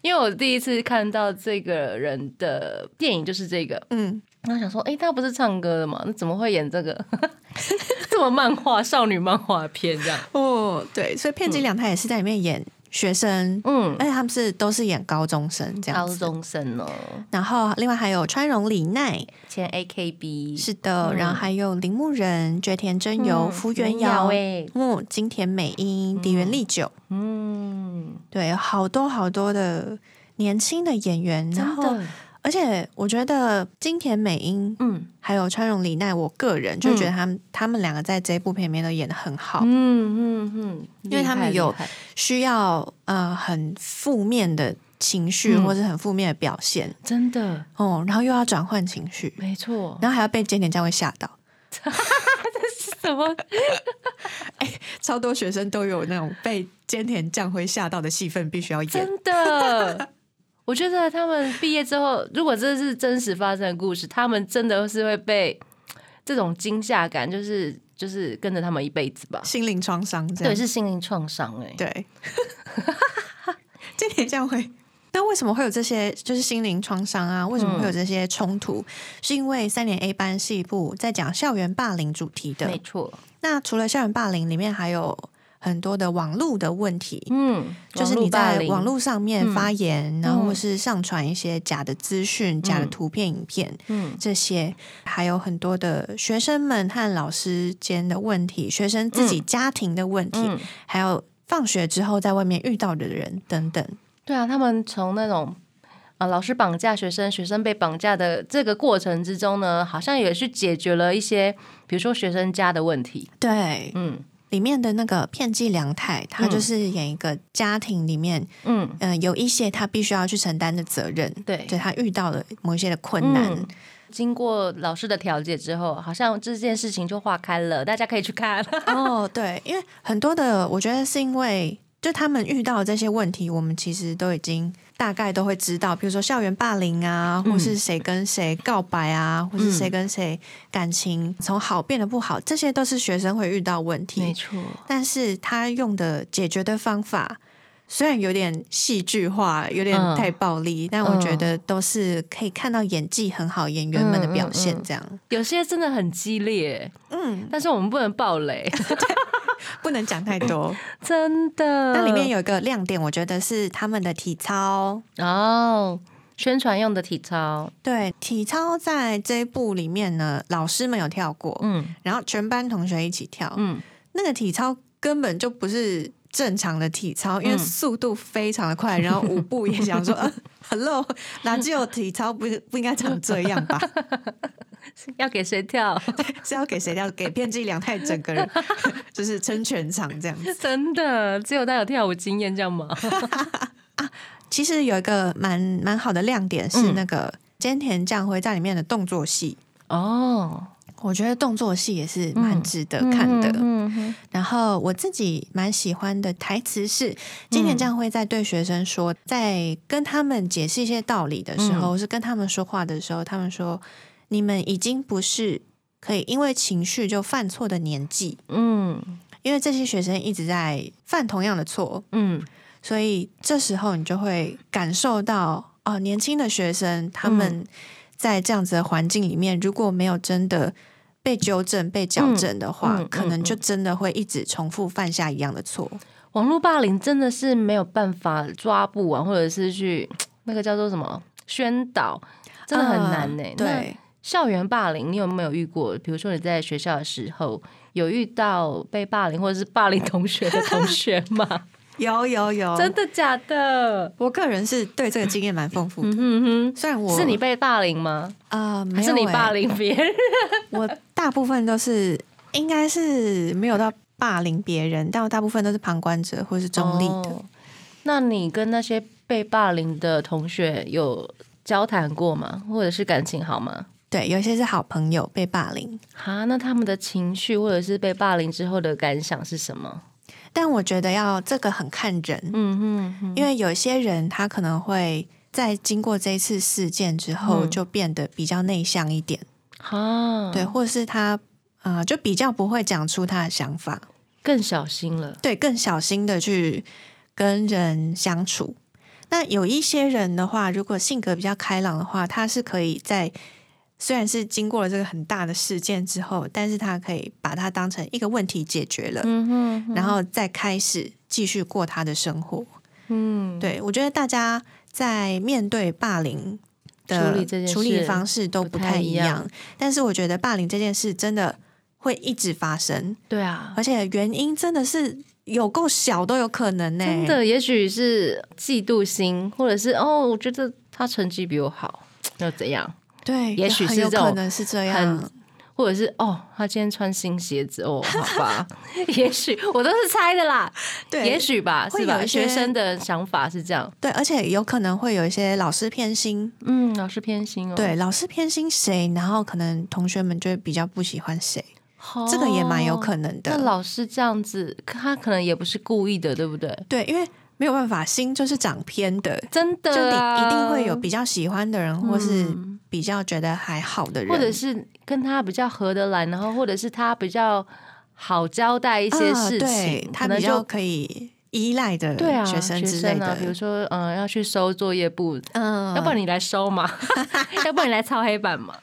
Speaker 2: 因为我第一次看到这个人的电影就是这个，
Speaker 3: 嗯，
Speaker 2: 然后想说，哎、他不是唱歌的吗？那怎么会演这个 这么漫画少女漫画片这样？
Speaker 3: 哦，对，所以片寄良他也是在里面演学生，
Speaker 2: 嗯，
Speaker 3: 而且他们是都是演高中生哎这样
Speaker 2: 高
Speaker 3: 子。
Speaker 2: 中生哦，
Speaker 3: 然后，另外还有川荣李奈，
Speaker 2: 前 AKB
Speaker 3: 是的，
Speaker 2: 嗯
Speaker 3: 然后还有铃木仁、绝田真由、
Speaker 2: 嗯
Speaker 3: 福原
Speaker 2: 原遥
Speaker 3: 遥、
Speaker 2: 欸
Speaker 3: 木金田美英、底原丽久，
Speaker 2: 嗯，
Speaker 3: 对，有好多好多的年轻的演员。然后，而且我觉得金田美英
Speaker 2: 嗯
Speaker 3: 还有川荣李奈，我个人就觉得他们、他们两个在这部片里面都演的很好，
Speaker 2: 嗯嗯嗯，
Speaker 3: 因为他们
Speaker 2: 厉害
Speaker 3: 有
Speaker 2: 厉害
Speaker 3: 需要呃很负面的情绪、
Speaker 2: 嗯
Speaker 3: 或是很负面的表现
Speaker 2: 真的
Speaker 3: 哦，然后又要转换情绪，
Speaker 2: 没错，
Speaker 3: 然后还要被间谍教会吓到。
Speaker 2: 什么
Speaker 3: 超多学生都有那种被菅田将晖吓到的戏份，必须要演。
Speaker 2: 真的？我觉得他们毕业之后，如果这是真实发生的故事，他们真的是会被这种惊吓感，就是就是跟着他们一辈子吧。
Speaker 3: 心灵创伤这
Speaker 2: 对，
Speaker 3: 样。
Speaker 2: 是心灵创伤哎。
Speaker 3: 对，菅田将晖。那为什么会有这些就是心灵创伤啊？
Speaker 2: 嗯
Speaker 3: 为什么会有这些冲突？是因为三年 A 班是一部在讲校园霸凌主题
Speaker 2: 没
Speaker 3: 的。
Speaker 2: 错，
Speaker 3: 那除了校园霸凌，里面还有很多的网络的问题。
Speaker 2: 嗯，
Speaker 3: 就是
Speaker 2: 网
Speaker 3: 你
Speaker 2: 络霸
Speaker 3: 在
Speaker 2: 凌
Speaker 3: 网络上面发言，然后或是上传一些假的资讯、假的
Speaker 2: 嗯
Speaker 3: 图片、影片，
Speaker 2: 嗯
Speaker 3: 这些，还有很多的学生们和老师间的问题，学生自己家庭的问题，
Speaker 2: 嗯，
Speaker 3: 还有放学之后在外面遇到的人等等。
Speaker 2: 对啊，他们从那种啊、呃老师绑架学生，学生被绑架的这个过程之中呢，好像也是解决了一些，比如说学生家的问题。
Speaker 3: 对，
Speaker 2: 嗯
Speaker 3: 里面的那个片寄良太，他
Speaker 2: 嗯
Speaker 3: 就是演一个家庭里面，
Speaker 2: 嗯，
Speaker 3: 嗯、有一些他必须要去承担的责任，
Speaker 2: 对
Speaker 3: 对他遇到了某一些的困难。
Speaker 2: 嗯经过老师的调解之后，好像这件事情就化开了，大家可以去 看。
Speaker 3: 哦，对，因为很多的，我觉得是因为就他们遇到的这些问题，我们其实都已经大概都会知道，比如说校园霸凌啊，或是谁跟谁告白啊，或是谁跟谁感情从好变得不好，这些都是学生会遇到问题。
Speaker 2: 错，
Speaker 3: 但是他用的解决的方法。虽然有点戏剧化，有点
Speaker 2: 嗯
Speaker 3: 太暴力，但我觉
Speaker 2: 嗯
Speaker 3: 得都是可以看到演技很好演员们的
Speaker 2: 嗯嗯
Speaker 3: 表现
Speaker 2: 嗯。
Speaker 3: 这样，
Speaker 2: 有些真的很激烈，
Speaker 3: 嗯，
Speaker 2: 但是我们不能暴雷，
Speaker 3: 不能讲太多。
Speaker 2: 真的。
Speaker 3: 那里面有一个亮点，我觉得是他们的体操。
Speaker 2: 哦，宣传用的体操，
Speaker 3: 对，体操在这一部里面呢，老师们有跳过，
Speaker 2: 嗯
Speaker 3: 然后全班同学一起跳。
Speaker 2: 嗯，
Speaker 3: 那个体操根本就不是正常的体操，因为
Speaker 2: 嗯
Speaker 3: 速度非常的快，然后舞步也 想说、呃、，Hello，哪只有体操不不应该长这样吧？
Speaker 2: 要给谁跳？
Speaker 3: 是要给谁跳？给片寄良太整个人 就是撑全场这样子。
Speaker 2: 真的，只有他有跳舞经验，这样吗？
Speaker 3: 其实有一个蛮蛮好的亮点是
Speaker 2: 嗯
Speaker 3: 那个菅田将晖在里面的动作戏。
Speaker 2: 哦，
Speaker 3: 我觉得动作戏也是蛮值得看的。
Speaker 2: 嗯
Speaker 3: 然后我自己蛮喜欢的台词是，今田将晖在对学生说，在跟他们解释一些道理的时候，是跟他们说话的时候，他们说：“你们已经不是可以因为情绪就犯错的年纪，
Speaker 2: 嗯
Speaker 3: 因为这些学生一直在犯同样的错，
Speaker 2: 嗯
Speaker 3: 所以这时候你就会感受到哦，年轻的学生他
Speaker 2: 嗯
Speaker 3: 们在这样子的环境里面，如果没有真的被纠正、被矫正的话，
Speaker 2: 嗯嗯
Speaker 3: 可能就真的会一直重复犯下一样的错。
Speaker 2: 网络霸凌真的是没有办法抓不完，或者是去那个叫做什么宣导，真的很难欸呢、
Speaker 3: 嗯对，
Speaker 2: 校园霸凌，你有没有遇过？比如说你在学校的时候，有遇到被霸凌或者是霸凌同学的同学 吗？
Speaker 3: 有有有，
Speaker 2: 真的假的？
Speaker 3: 我个人是对这个经验蛮丰富的。
Speaker 2: 嗯
Speaker 3: 虽然
Speaker 2: 哼，
Speaker 3: 我
Speaker 2: 是你被霸凌吗？
Speaker 3: 啊、呃，没
Speaker 2: 还
Speaker 3: 有、
Speaker 2: 是你霸
Speaker 3: 凌？
Speaker 2: 凌别人？
Speaker 3: 我大部分都是应该是没有到霸凌别人，但我大部分都是旁观者或是中立的。
Speaker 2: 哦那你跟那些被霸凌的同学有交谈过吗？或者是感情好吗？
Speaker 3: 对，有一些是好朋友被霸凌，
Speaker 2: 哈，那他们的情绪或者是被霸凌之后的感想是什么？
Speaker 3: 但我觉得要这个很看人，
Speaker 2: 嗯嗯
Speaker 3: 因为有些人他可能会在经过这一次事件之后，
Speaker 2: 嗯
Speaker 3: 就变得比较内向一点，
Speaker 2: 哈，
Speaker 3: 对，，或者是他呃就比较不会讲出他的想法，
Speaker 2: 更小心了。
Speaker 3: 对，更小心的去跟人相处。那有一些人的话，如果性格比较开朗的话，他是可以在虽然是经过了这个很大的事件之后，但是他可以把它当成一个问题解决了，
Speaker 2: 嗯哼
Speaker 3: 然后再开始继续过他的生活。
Speaker 2: 嗯，
Speaker 3: 对我觉得大家在面对霸凌的
Speaker 2: 处理这件事
Speaker 3: 处理方式都
Speaker 2: 不
Speaker 3: 不
Speaker 2: 太
Speaker 3: 太
Speaker 2: 一
Speaker 3: 一
Speaker 2: 样
Speaker 3: 样，但是我觉得霸凌这件事真的会一直发生。
Speaker 2: 对啊，
Speaker 3: 而且原因真的是有够小都有可能呢、
Speaker 2: 真的，也许是嫉妒心，或者是哦，我觉得他成绩比我好，又怎样？
Speaker 3: 对，
Speaker 2: 也许是
Speaker 3: 很有
Speaker 2: 这种
Speaker 3: 可能是这样
Speaker 2: 很。或者是哦，他今天穿新鞋子哦，好 吧，也许我都是猜的啦，
Speaker 3: 对
Speaker 2: 也许吧，
Speaker 3: 会
Speaker 2: 是吧？
Speaker 3: 有一些
Speaker 2: 学生的想法是这样，
Speaker 3: 对，而且有可能会有一些老师偏心，
Speaker 2: 嗯，老师偏心哦，
Speaker 3: 对，老师偏心谁，然后可能同学们就会比较不喜欢谁，
Speaker 2: 哦，
Speaker 3: 这个也蛮有可能
Speaker 2: 那
Speaker 3: 的。
Speaker 2: 老师这样子，他可能也不是故意的，对不对？
Speaker 3: 对，因为没有办法，心就是长偏的，
Speaker 2: 真
Speaker 3: 就
Speaker 2: 的、
Speaker 3: 你
Speaker 2: 啊，
Speaker 3: 一定会有比较喜欢的人，或是
Speaker 2: 嗯
Speaker 3: 比较觉得还好的人，
Speaker 2: 或者是跟他比较合得来，然后或者是他比较好交代一些
Speaker 3: 啊
Speaker 2: 事
Speaker 3: 对
Speaker 2: 情，
Speaker 3: 他
Speaker 2: 可能
Speaker 3: 比较
Speaker 2: 就
Speaker 3: 可以依赖的
Speaker 2: 对啊，
Speaker 3: 学生之类的。
Speaker 2: 啊，比如说嗯、呃要去收作业簿，
Speaker 3: 嗯
Speaker 2: 要不然你来收 嘛，要不然你来抄黑板嘛，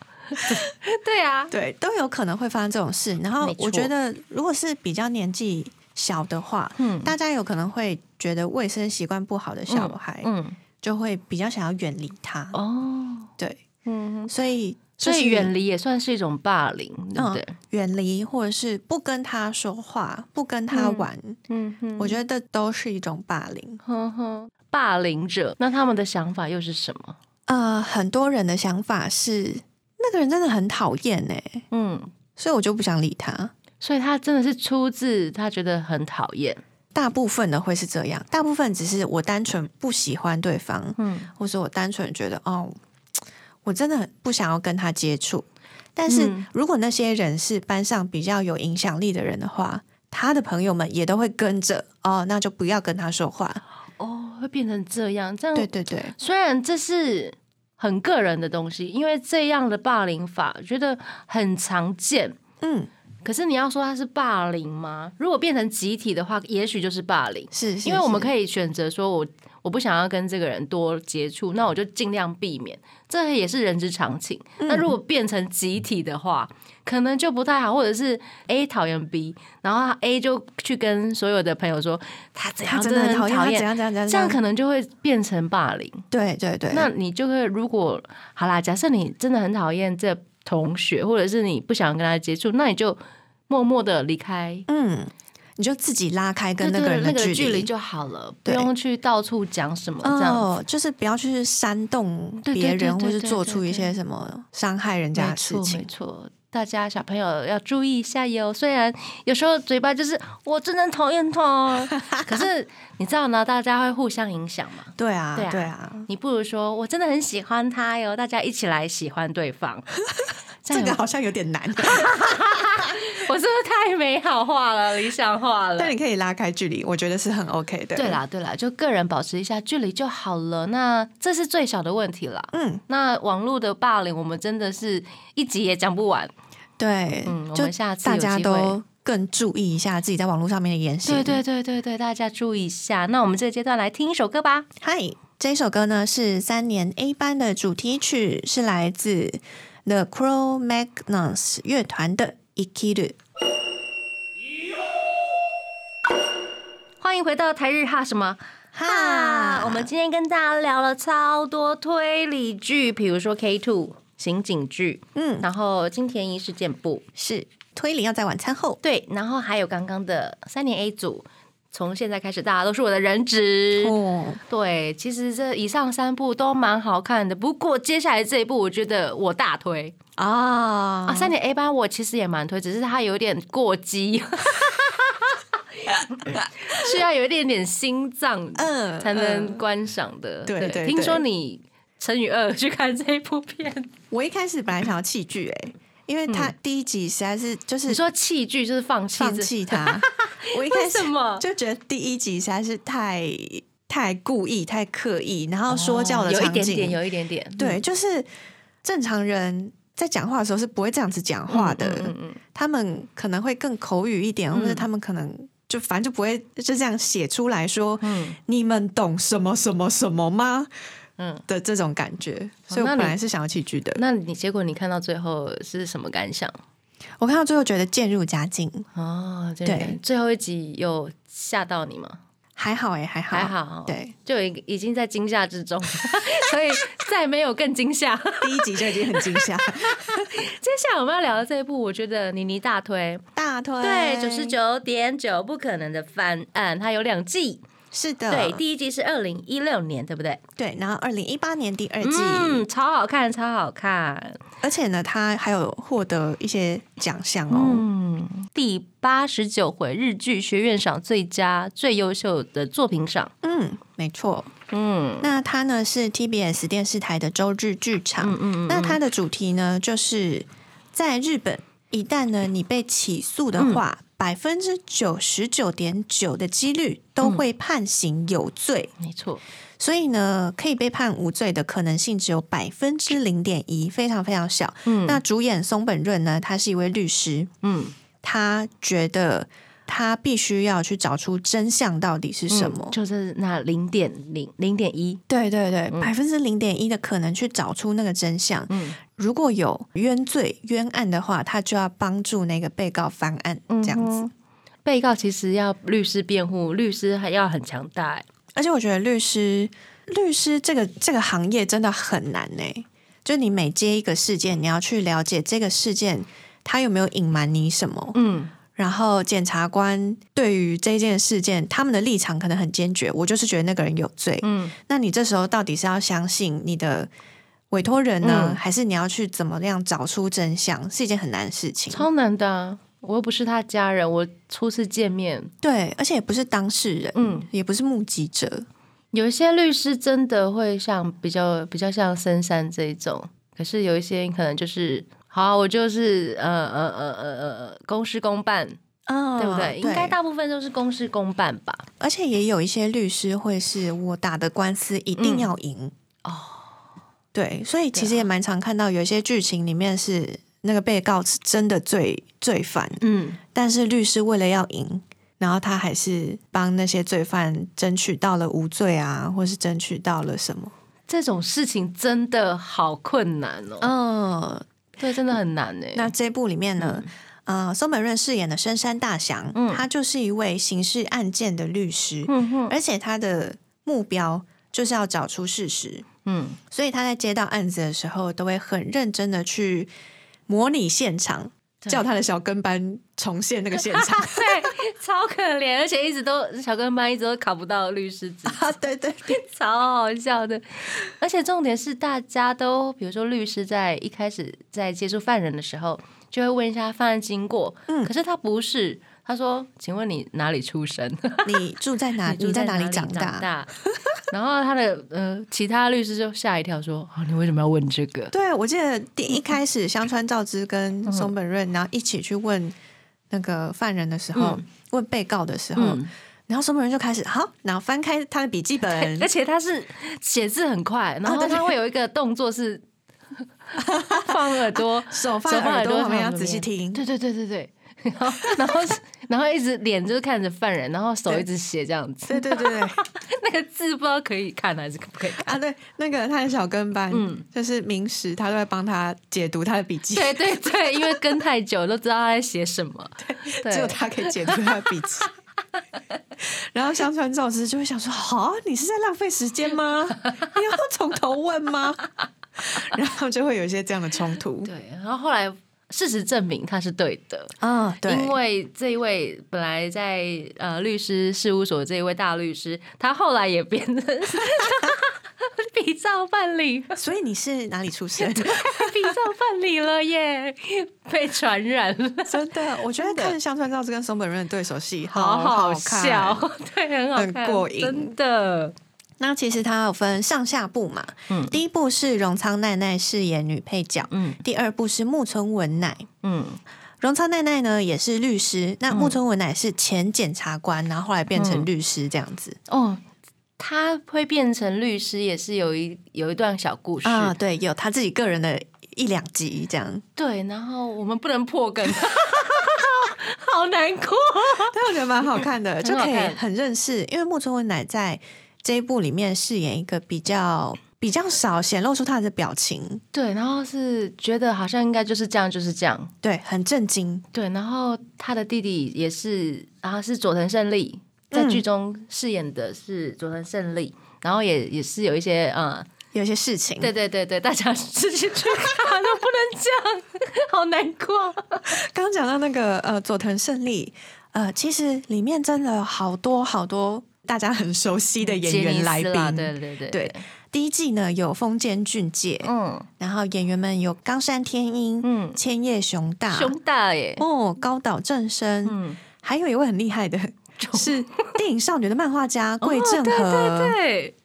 Speaker 2: 对啊，
Speaker 3: 对，都有可能会发生这种事。然后
Speaker 2: 没错
Speaker 3: 我觉得，如果是比较年纪小的话，
Speaker 2: 嗯
Speaker 3: 大家有可能会觉得卫生习惯不好的小孩，
Speaker 2: 嗯
Speaker 3: 就会比较想要远离他。
Speaker 2: 哦
Speaker 3: 对，
Speaker 2: 嗯，
Speaker 3: 所以、
Speaker 2: 所
Speaker 3: 就是、嗯
Speaker 2: 以远离也算是一种霸凌，对不对？
Speaker 3: 远离，或者是不跟他说话，不跟他玩，
Speaker 2: 嗯哼，
Speaker 3: 我
Speaker 2: 得
Speaker 3: 觉得都是一种霸凌。
Speaker 2: 呵呵，霸凌者那他们的想法又是什么？
Speaker 3: 呃，很多人的想法是那个人真的很讨厌哎、
Speaker 2: 嗯，
Speaker 3: 所以我就不想理他。
Speaker 2: 所以他真的是出自他觉得很讨厌，
Speaker 3: 大部分的会是这样，大部分只是我单纯不喜欢对方，
Speaker 2: 嗯。
Speaker 3: 或者我单纯觉得哦，我真的不想要跟他接触。但是
Speaker 2: 嗯
Speaker 3: 如果那些人是班上比较有影响力的人的话，他的朋友们也都会跟着哦，那就不要跟他说话。
Speaker 2: 哦，会变成这样，这样
Speaker 3: 对对对，
Speaker 2: 虽然这是很个人的东西，因为这样的霸凌法我觉得很常见。
Speaker 3: 嗯，
Speaker 2: 可是你要说它是霸凌吗？如果变成集体的话，也许就是霸凌，
Speaker 3: 是是，
Speaker 2: 因为我们可
Speaker 3: 以
Speaker 2: 以选择说我我不想要跟这个人多接触，那我就尽量避免，这也是人之常情。
Speaker 3: 嗯
Speaker 2: 那如果变成集体的话，可能就不太好，或者是 A 讨厌 B，然后 A 就去跟所有的朋友说他怎
Speaker 3: 他
Speaker 2: 样
Speaker 3: 真的很讨
Speaker 2: 很
Speaker 3: 厌，
Speaker 2: 讨
Speaker 3: 他
Speaker 2: 厌
Speaker 3: 怎，样怎样怎样，
Speaker 2: 这样可能就会变成霸凌。
Speaker 3: 对对对，
Speaker 2: 那你就会如果好啦，假设你真的很讨厌这同学，或者是你不想跟他接触，那你就默默的离开。
Speaker 3: 嗯，你就自己拉开跟那
Speaker 2: 对
Speaker 3: 个
Speaker 2: 对
Speaker 3: 人的
Speaker 2: 那个距
Speaker 3: 离
Speaker 2: 离。就好了，不
Speaker 3: 对
Speaker 2: 用去到处讲什么这样子。
Speaker 3: 哦，就是不要去煽动
Speaker 2: 对对
Speaker 3: 别
Speaker 2: 对
Speaker 3: 人，
Speaker 2: 对
Speaker 3: 或是
Speaker 2: 对
Speaker 3: 做
Speaker 2: 对
Speaker 3: 出一
Speaker 2: 对
Speaker 3: 些什么伤害人家
Speaker 2: 没
Speaker 3: 的事
Speaker 2: 错，没
Speaker 3: 情。
Speaker 2: 错。大家小朋友要注意一下哟。虽然有时候嘴巴就是我真的讨厌他 哦，可是你知道呢，大家会互相影响嘛。
Speaker 3: 对啊
Speaker 2: 对啊，
Speaker 3: 对啊，
Speaker 2: 你不如说我真的很喜欢他哟，大家一起来喜欢对 方。这
Speaker 3: 这
Speaker 2: 样有
Speaker 3: 个好像有点 难。
Speaker 2: 我是不是太美好化了、理想化了
Speaker 3: 但？你可以拉开距离，我觉得是很 OK 的。
Speaker 2: 对，啦，对啦，就个人保持一下距离就好了。那这是最小的问题啦。
Speaker 3: 嗯，
Speaker 2: 那网络的霸凌，我们真的是一集也讲不完。
Speaker 3: 对，
Speaker 2: 嗯我
Speaker 3: 就
Speaker 2: 们下次有
Speaker 3: 大
Speaker 2: 机
Speaker 3: 家
Speaker 2: 会
Speaker 3: 都更注意一下自己在网络上面的言行。
Speaker 2: 对对对对对，大家注意一下。那我们这个阶段来听一首歌吧。
Speaker 3: 嗨，这首歌呢是三年 A 班的主题曲，是来自 The Crow Magnus 乐团的《Ikiru》。
Speaker 2: 欢迎回到台日哈什么哈
Speaker 3: 哈？
Speaker 2: 我们今天跟大家聊了超多推理剧，比如说 K Two 刑警剧，
Speaker 3: 嗯，
Speaker 2: 然后金田一事件簿，
Speaker 3: 是推理要在晚餐后。
Speaker 2: 对，然后还有刚刚的三年 A 组，从现在开始大家都是我的人质。
Speaker 3: 哦，
Speaker 2: 对，其实这以上三部都蛮好看的，不过接下来这一部我觉得我大推
Speaker 3: 啊
Speaker 2: 啊，三点 A 班我其实也蛮推，只是它有点过激，需要有一点点心脏
Speaker 3: 嗯
Speaker 2: 才能
Speaker 3: 嗯
Speaker 2: 观赏的。
Speaker 3: 对对
Speaker 2: 听
Speaker 3: 对
Speaker 2: 说你乘以二去看这一部片。
Speaker 3: 我一开始本来想要弃剧哎，因为他第一集实在是就
Speaker 2: 嗯
Speaker 3: 是
Speaker 2: 你说弃剧就是放弃，
Speaker 3: 放弃 他，我一开
Speaker 2: 为
Speaker 3: 始
Speaker 2: 什么？
Speaker 3: 就觉得第一集实在是太太故意、太刻意，然后说教的
Speaker 2: 哦有一
Speaker 3: 场景，
Speaker 2: 点点，有一嗯点点，
Speaker 3: 对，就是正常人在讲话的时候是不会这样子讲话的，
Speaker 2: 嗯嗯嗯
Speaker 3: 他们可能会更口语一点，
Speaker 2: 嗯
Speaker 3: 或者他们可能。就反正就不会就这样写出来说，
Speaker 2: 嗯
Speaker 3: 你们懂什么什么什么吗？
Speaker 2: 嗯。哦
Speaker 3: 的这种感觉，所以我
Speaker 2: 那
Speaker 3: 本
Speaker 2: 你
Speaker 3: 来是想要弃剧的。
Speaker 2: 那你结果你看到最后是什么感想？
Speaker 3: 我看到最后觉得渐入佳境，
Speaker 2: 哦，真
Speaker 3: 对
Speaker 2: 的，最后一集有吓到你吗？
Speaker 3: 还好哎、还好，
Speaker 2: 还好，，
Speaker 3: 对，
Speaker 2: 就已已经在惊吓之中， 所以再没有更惊吓。
Speaker 3: 第一集就已经很惊吓，
Speaker 2: 接下来我们要聊的这一部，我觉得妮妮大推，
Speaker 3: 大推
Speaker 2: 对，九十九点九不可能的翻案，它有两季，
Speaker 3: 是的，
Speaker 2: 对，第一季是二零一六年，对不对？
Speaker 3: 对，然后二零一八年第二季，
Speaker 2: 嗯，超好看，超好看，
Speaker 3: 而且呢，他还有获得一些奖项哦。
Speaker 2: 嗯，第八十九回日剧学院赏最佳最优秀的作品赏，
Speaker 3: 嗯，没错。
Speaker 2: 嗯
Speaker 3: 那它呢是 TBS 电视台的周日剧场，
Speaker 2: 嗯嗯，
Speaker 3: 那它的主题呢就是在日本，一旦呢你被起诉的
Speaker 2: 嗯
Speaker 3: 话，百分之九十九点九的几率都会判刑有罪，
Speaker 2: 没错，
Speaker 3: 所以呢可以被判无罪的可能性只有百分之零点一，非常非常小。
Speaker 2: 嗯
Speaker 3: 那主演松本润呢，他是一位律师，
Speaker 2: 嗯，
Speaker 3: 他觉得他必须要去找出真相到底是什么。
Speaker 2: 就是那零点零零点一，
Speaker 3: 对对对，百分之零点一的可能去找出那个真相。
Speaker 2: 嗯
Speaker 3: 如果有冤罪冤案的话，他就要帮助那个被告翻案，这样子。
Speaker 2: 被告其实要律师辩护，律师还要很强大、欸，
Speaker 3: 而且我觉得律师，律师这个这个行业真的很难呢、就你每接一个事件，你要去了解这个事件他有没有隐瞒你什么，
Speaker 2: 嗯，
Speaker 3: 然后检察官对于这件事件，他们的立场可能很坚决，我就是觉得那个人有罪。
Speaker 2: 嗯，
Speaker 3: 那你这时候到底是要相信你的委托人呢，
Speaker 2: 嗯
Speaker 3: 还是你要去怎么样找出真相，是一件很难的事情。
Speaker 2: 超难的啊、我又不是他家人，我初次见面，
Speaker 3: 对，而且也不是当事人，
Speaker 2: 嗯
Speaker 3: 也不是目击者，
Speaker 2: 有一些律师真的会像比较比较像深山这一种，可是有一些可能就是。好，我就是呃呃呃呃呃呃公事公办，
Speaker 3: 嗯
Speaker 2: 对不哦对？应该大部分都是公事公办吧。
Speaker 3: 而且也有一些律师会是我打的官司一定
Speaker 2: 嗯
Speaker 3: 要赢、哦。对，所以其
Speaker 2: 啊
Speaker 3: 实也蛮常看到有一些剧情里面是那个被告是真的罪罪犯，
Speaker 2: 嗯，
Speaker 3: 但是律师为了要赢，然后他还是帮那些罪犯争取到了无罪啊，或是争取到了什么？
Speaker 2: 这种事情真的好困难哦。
Speaker 3: 嗯，
Speaker 2: 对，嗯真的很难哎、
Speaker 3: 那这部里面呢，呃，松本润饰演的深山大祥，他就是一位刑事案件的律师，
Speaker 2: 嗯哼
Speaker 3: 而且他的目标就是要找出事实，
Speaker 2: 嗯
Speaker 3: 所以他在接到案子的时候，都会很认真的去模拟现场，
Speaker 2: 对
Speaker 3: 叫他的小跟班重现那个现 场。
Speaker 2: 对，超可怜，而且一直都小跟班一直都考不到律师 执
Speaker 3: 啊，对对对，
Speaker 2: 超好笑的。而且重点是，大家都比如说律师在一开始在接触犯人的时候，就会问一下犯案经过，
Speaker 3: 嗯
Speaker 2: 可是他不是。他说：“请问你哪里出生？
Speaker 3: 你住在 哪？
Speaker 2: 住
Speaker 3: 啊你在哪
Speaker 2: 里
Speaker 3: 里长
Speaker 2: 大？”
Speaker 3: 大？
Speaker 2: 然后他的呃，其他律师就吓一跳，说：“啊，你为什么要问这个
Speaker 3: 对，我记得第一开始香川照之
Speaker 2: 嗯
Speaker 3: 跟松本润，然后一起去问那个犯人的时候，
Speaker 2: 嗯
Speaker 3: 问被告的时？”候，
Speaker 2: 嗯，
Speaker 3: 然后松本润就开始好，然后翻开他的笔记本
Speaker 2: 哎而，且他是写字很快，然
Speaker 3: 啊
Speaker 2: 后
Speaker 3: 对
Speaker 2: 他会有一个动作 是放耳朵，
Speaker 3: 手放
Speaker 2: 啊手
Speaker 3: 在耳朵旁
Speaker 2: 上
Speaker 3: 边，要
Speaker 2: 边
Speaker 3: 仔细听。
Speaker 2: 对对对对对，然后然后是然后一直脸就是看着犯人，然后手
Speaker 3: 对
Speaker 2: 一直写这样子，
Speaker 3: 对对对对
Speaker 2: 那个字不知道可以看还是不可以看。
Speaker 3: 啊，对，那个他的小跟班，
Speaker 2: 嗯
Speaker 3: 就是明石，他都会帮他解读他的笔 记，
Speaker 2: 对对对，因为跟太久都知道他在写什么。对，
Speaker 3: 只有他可以解读他的笔记。 然后香川照之就会想说：“好、啊你是在浪费时间吗？你要从头问吗？” 然后就会有一些这样的冲突。
Speaker 2: 对，然后后来事实证明他是对的。
Speaker 3: 啊、对，
Speaker 2: 嗯因为这一位本来在呃律师事务所这一位大律师，他后来也变成 比照办理，
Speaker 3: 所以你是哪里出 生？
Speaker 2: 比照办理了耶，被传染了，
Speaker 3: 真的，我觉得
Speaker 2: 真的
Speaker 3: 看香川照之跟松本润的对手戏
Speaker 2: 好
Speaker 3: 好
Speaker 2: 好
Speaker 3: 看
Speaker 2: 笑，，对，很好看，
Speaker 3: 很过瘾
Speaker 2: 真的。
Speaker 3: 那其实它有分上下部嘛，
Speaker 2: 嗯
Speaker 3: 第一部是荣仓奈奈饰演女配角，
Speaker 2: 嗯
Speaker 3: 第二部是木村文乃。
Speaker 2: 嗯
Speaker 3: 荣仓奈奈呢也是律师，那木村文乃是前检察官，然后后来变成律师这样子
Speaker 2: 哦，他会变成律师也是有一有一段小故事，
Speaker 3: 啊、对，有他自己个人的一两集这样。
Speaker 2: 对，然后我们不能破梗， 好难 过。
Speaker 3: 但我觉得蛮好 看的，就
Speaker 2: 很好
Speaker 3: 可以
Speaker 2: 看
Speaker 3: 很认识。因为木村文乃在这一部里面饰演一个比较比较少显露出她的表情，
Speaker 2: 对，然后是觉得好像应该就是这样，就是这样。
Speaker 3: 对，很震惊。
Speaker 2: 对，然后他的弟弟也是，然后是佐藤胜利，在
Speaker 3: 嗯
Speaker 2: 剧中饰演的是佐藤胜利，然后也也是有一些呃，
Speaker 3: 有些事情，
Speaker 2: 对对对对，大家 自己去看，都不能讲，好难过。
Speaker 3: 刚讲到那个呃佐藤胜利，呃，其实里面真的有好多好多大家很熟悉的演
Speaker 2: 杰尼
Speaker 3: 员
Speaker 2: 斯
Speaker 3: 来宾。
Speaker 2: 啦对对对
Speaker 3: 对，第一季呢有丰间俊介，
Speaker 2: 嗯
Speaker 3: 然后演员们有冈山天音、
Speaker 2: 嗯，
Speaker 3: 千叶雄大、
Speaker 2: 胸大耶，
Speaker 3: 哦高岛正生，
Speaker 2: 嗯，
Speaker 3: 还有一位很 厉害的是电影少女的漫画家桂哦正和，
Speaker 2: 哦对，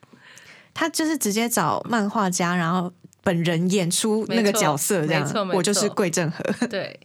Speaker 3: 他就是直接找漫画家，然后本人演出那个
Speaker 2: 没错
Speaker 3: 角色，这
Speaker 2: 没
Speaker 3: 样
Speaker 2: 错没错
Speaker 3: 我就是桂正和。
Speaker 2: 对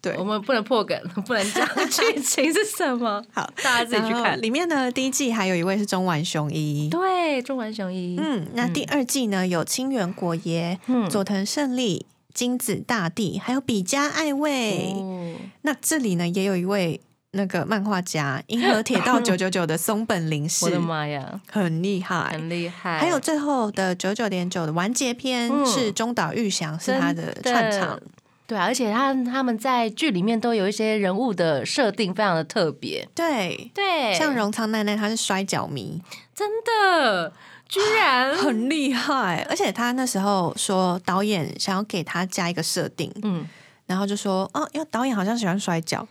Speaker 3: 对
Speaker 2: 我们不能破梗，不能讲剧情是什么，
Speaker 3: 好，
Speaker 2: 大家自己去
Speaker 3: 然后
Speaker 2: 看。
Speaker 3: 嗯里面呢，第一季还有一位是中丸雄一。
Speaker 2: 对，中丸雄一，
Speaker 3: 嗯，那第二季呢有清源果耶、
Speaker 2: 嗯
Speaker 3: 佐藤胜利、金子大地，还有比嘉爱未。
Speaker 2: 哦
Speaker 3: 那这里呢也有一位那个漫画家，银河铁道九九九的松本零士
Speaker 2: 我，的妈呀，
Speaker 3: 很厉害。
Speaker 2: 很厉害。
Speaker 3: 哎还有最后的九九点九的完结篇
Speaker 2: 嗯
Speaker 3: 是中岛裕翔，是他的
Speaker 2: 真的
Speaker 3: 串场，
Speaker 2: 对啊，而且他他们在剧里面都有一些人物的设定非常的特别，
Speaker 3: 对，
Speaker 2: 对，嗯
Speaker 3: 像荣仓奈奈，她是摔跤迷，
Speaker 2: 真的居然
Speaker 3: 很厉害。而且她那时候说，导演想要给她加一个设定，
Speaker 2: 嗯
Speaker 3: 然后就说，哦，因为导演好像喜欢摔跤，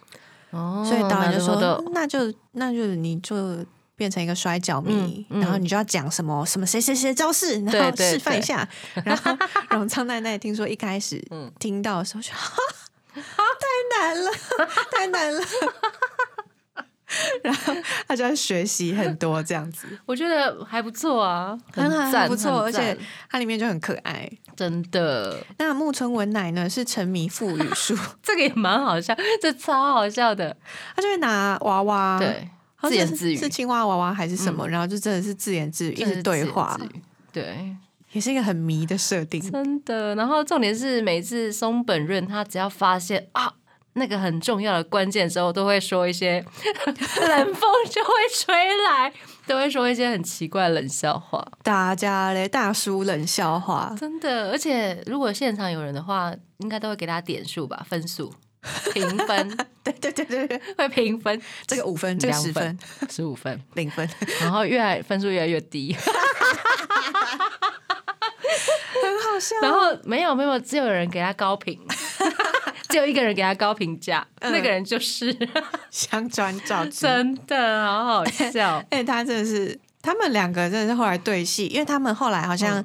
Speaker 2: 哦，
Speaker 3: 所以导演就说，
Speaker 2: なるほど
Speaker 3: 嗯那就那就你就变成一个摔跤迷，
Speaker 2: 嗯嗯
Speaker 3: 然后你就要讲什么什么谁谁谁的招式，然后
Speaker 2: 对对
Speaker 3: 示范一 下。然后荣昌奈奈听说一开始
Speaker 2: 嗯
Speaker 3: 听到的时候就， 哈太难了，太难了。然后他就要学习很多这样子，
Speaker 2: 我觉得还不错啊，
Speaker 3: 很
Speaker 2: 赞
Speaker 3: 很不错，而
Speaker 2: 很赞
Speaker 3: 且它里面就很可爱。
Speaker 2: 真的
Speaker 3: 那木村文乃呢是沉迷腹语术，
Speaker 2: 这个也蛮好笑，这超好笑的，
Speaker 3: 他就会拿娃娃，
Speaker 2: 对，
Speaker 3: 好
Speaker 2: 自
Speaker 3: 像
Speaker 2: 言
Speaker 3: 是
Speaker 2: 自语，嗯
Speaker 3: 是青蛙娃娃还是什么，然后就真的是自言自语，一直对话
Speaker 2: 真，的是自言自语对，
Speaker 3: 也是一个很迷的设定。
Speaker 2: 真的。然后重点是，每次松本润他只要发现啊那个很重要的关键之后，都会说一 些冷风就会吹来，都会说一些很奇怪的冷笑话，
Speaker 3: 大家嘞，大叔冷笑话，
Speaker 2: 真的。而且如果现场有人的话，应该都会给他点数吧，分数。评分
Speaker 3: 对对对对对，
Speaker 2: 会评分，
Speaker 3: 这个五分，这个
Speaker 2: 两
Speaker 3: 十分，、
Speaker 2: 十五分，
Speaker 3: 零分，
Speaker 2: 然后越来分数越来越 低，
Speaker 3: 很好笑。
Speaker 2: 然后没有没有，只有人给他高评， 只有一个人给他高评价，
Speaker 3: 嗯
Speaker 2: 那个人 就是
Speaker 3: 相传照之，。
Speaker 2: 真的好好笑
Speaker 3: 哎，他真的是，他们两个真的是后来对戏，因为他们后来好像、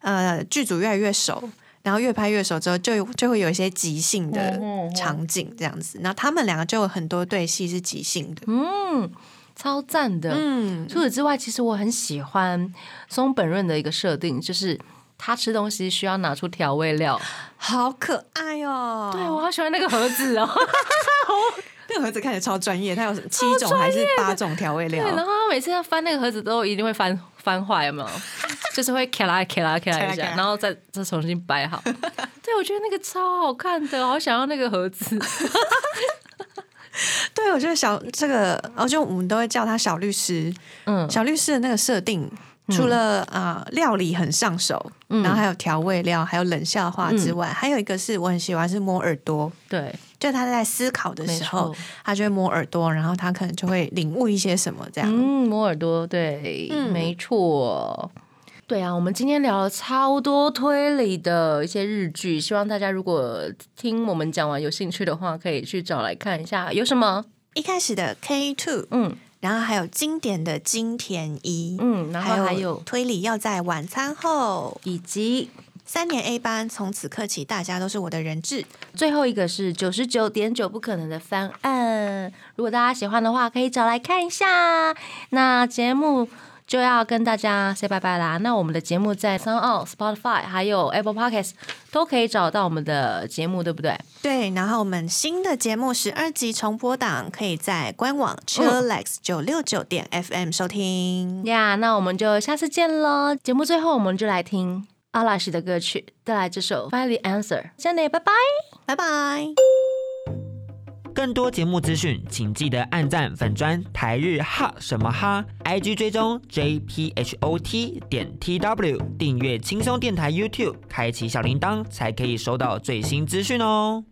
Speaker 2: 嗯
Speaker 3: 呃剧组越来越熟。然后越拍越熟之后，就有就会有一些即兴的
Speaker 2: 嗯嗯嗯
Speaker 3: 场景这样子。然后他们两个就有很多对戏是即兴的，
Speaker 2: 嗯，超赞的。
Speaker 3: 嗯，
Speaker 2: 除此之外，其实我很喜欢松本润的一个设定，就是他吃东西需要拿出调味
Speaker 3: 哦
Speaker 2: 料。
Speaker 3: 好可爱哦！
Speaker 2: 对我好喜欢那个盒子哦。
Speaker 3: 那个盒子看起来超专业，它有什么七种还是八种调味
Speaker 2: 对，
Speaker 3: 料？
Speaker 2: 然后他每次要翻那个盒子，都一定会翻翻坏，有没有？ 就是会咔啦咔啦咔啦一下，然后再再重新摆好。对，我觉得那个超好看的，好想要那个盒 子。
Speaker 3: 对，我觉得小这个，而且我们都会叫他小律师。
Speaker 2: 嗯
Speaker 3: 小律师的那个设定，除了啊、呃料理很上手，
Speaker 2: 嗯
Speaker 3: 然后还有调味料，还有冷笑话之外，还有一个是我很喜欢是摸耳朵，
Speaker 2: 对，
Speaker 3: 就他在思考的时候
Speaker 2: 没错，
Speaker 3: 他就会摸耳朵，然后他可能就会领悟一些什么这样。
Speaker 2: 嗯，磨耳朵，对，
Speaker 3: 嗯
Speaker 2: 没错。对啊，我们今天聊了超多推理的一些日剧，希望大家如果听我们讲完有兴趣的话，可以去找来看一下有什么。
Speaker 3: 一开始的 K two，
Speaker 2: 嗯
Speaker 3: 然后还有经典的金田一，
Speaker 2: 嗯，然后还有
Speaker 3: 推理要在晚餐后。
Speaker 2: 以及
Speaker 3: 三年 A 班，从此刻起，大家都是我的人质。
Speaker 2: 最后一个是九十九点九不可能的方案，如果大家喜欢的话，可以找来看一下。那节目就要跟大家 say 拜拜啦。那我们的节目在 s o n On、Spotify 还有 Apple Podcasts 都可以找到我们的节目，对不对？
Speaker 3: 对，然后我们新的节目十二集重播档可以在官网 chillax 九六九点 FM 收听。
Speaker 2: 呀那我们就下次见喽。节目最后，我们就来听阿拉西的歌曲，带来这首《Finally Answer》。真的，拜拜。
Speaker 3: 拜拜。
Speaker 4: 更多节目资讯，请记得按赞粉砖台日哈什么哈，IG 追踪 JPHOT 点 TW，订阅轻松电台 YouTube，开启小铃铛才可以收到最新资讯哦。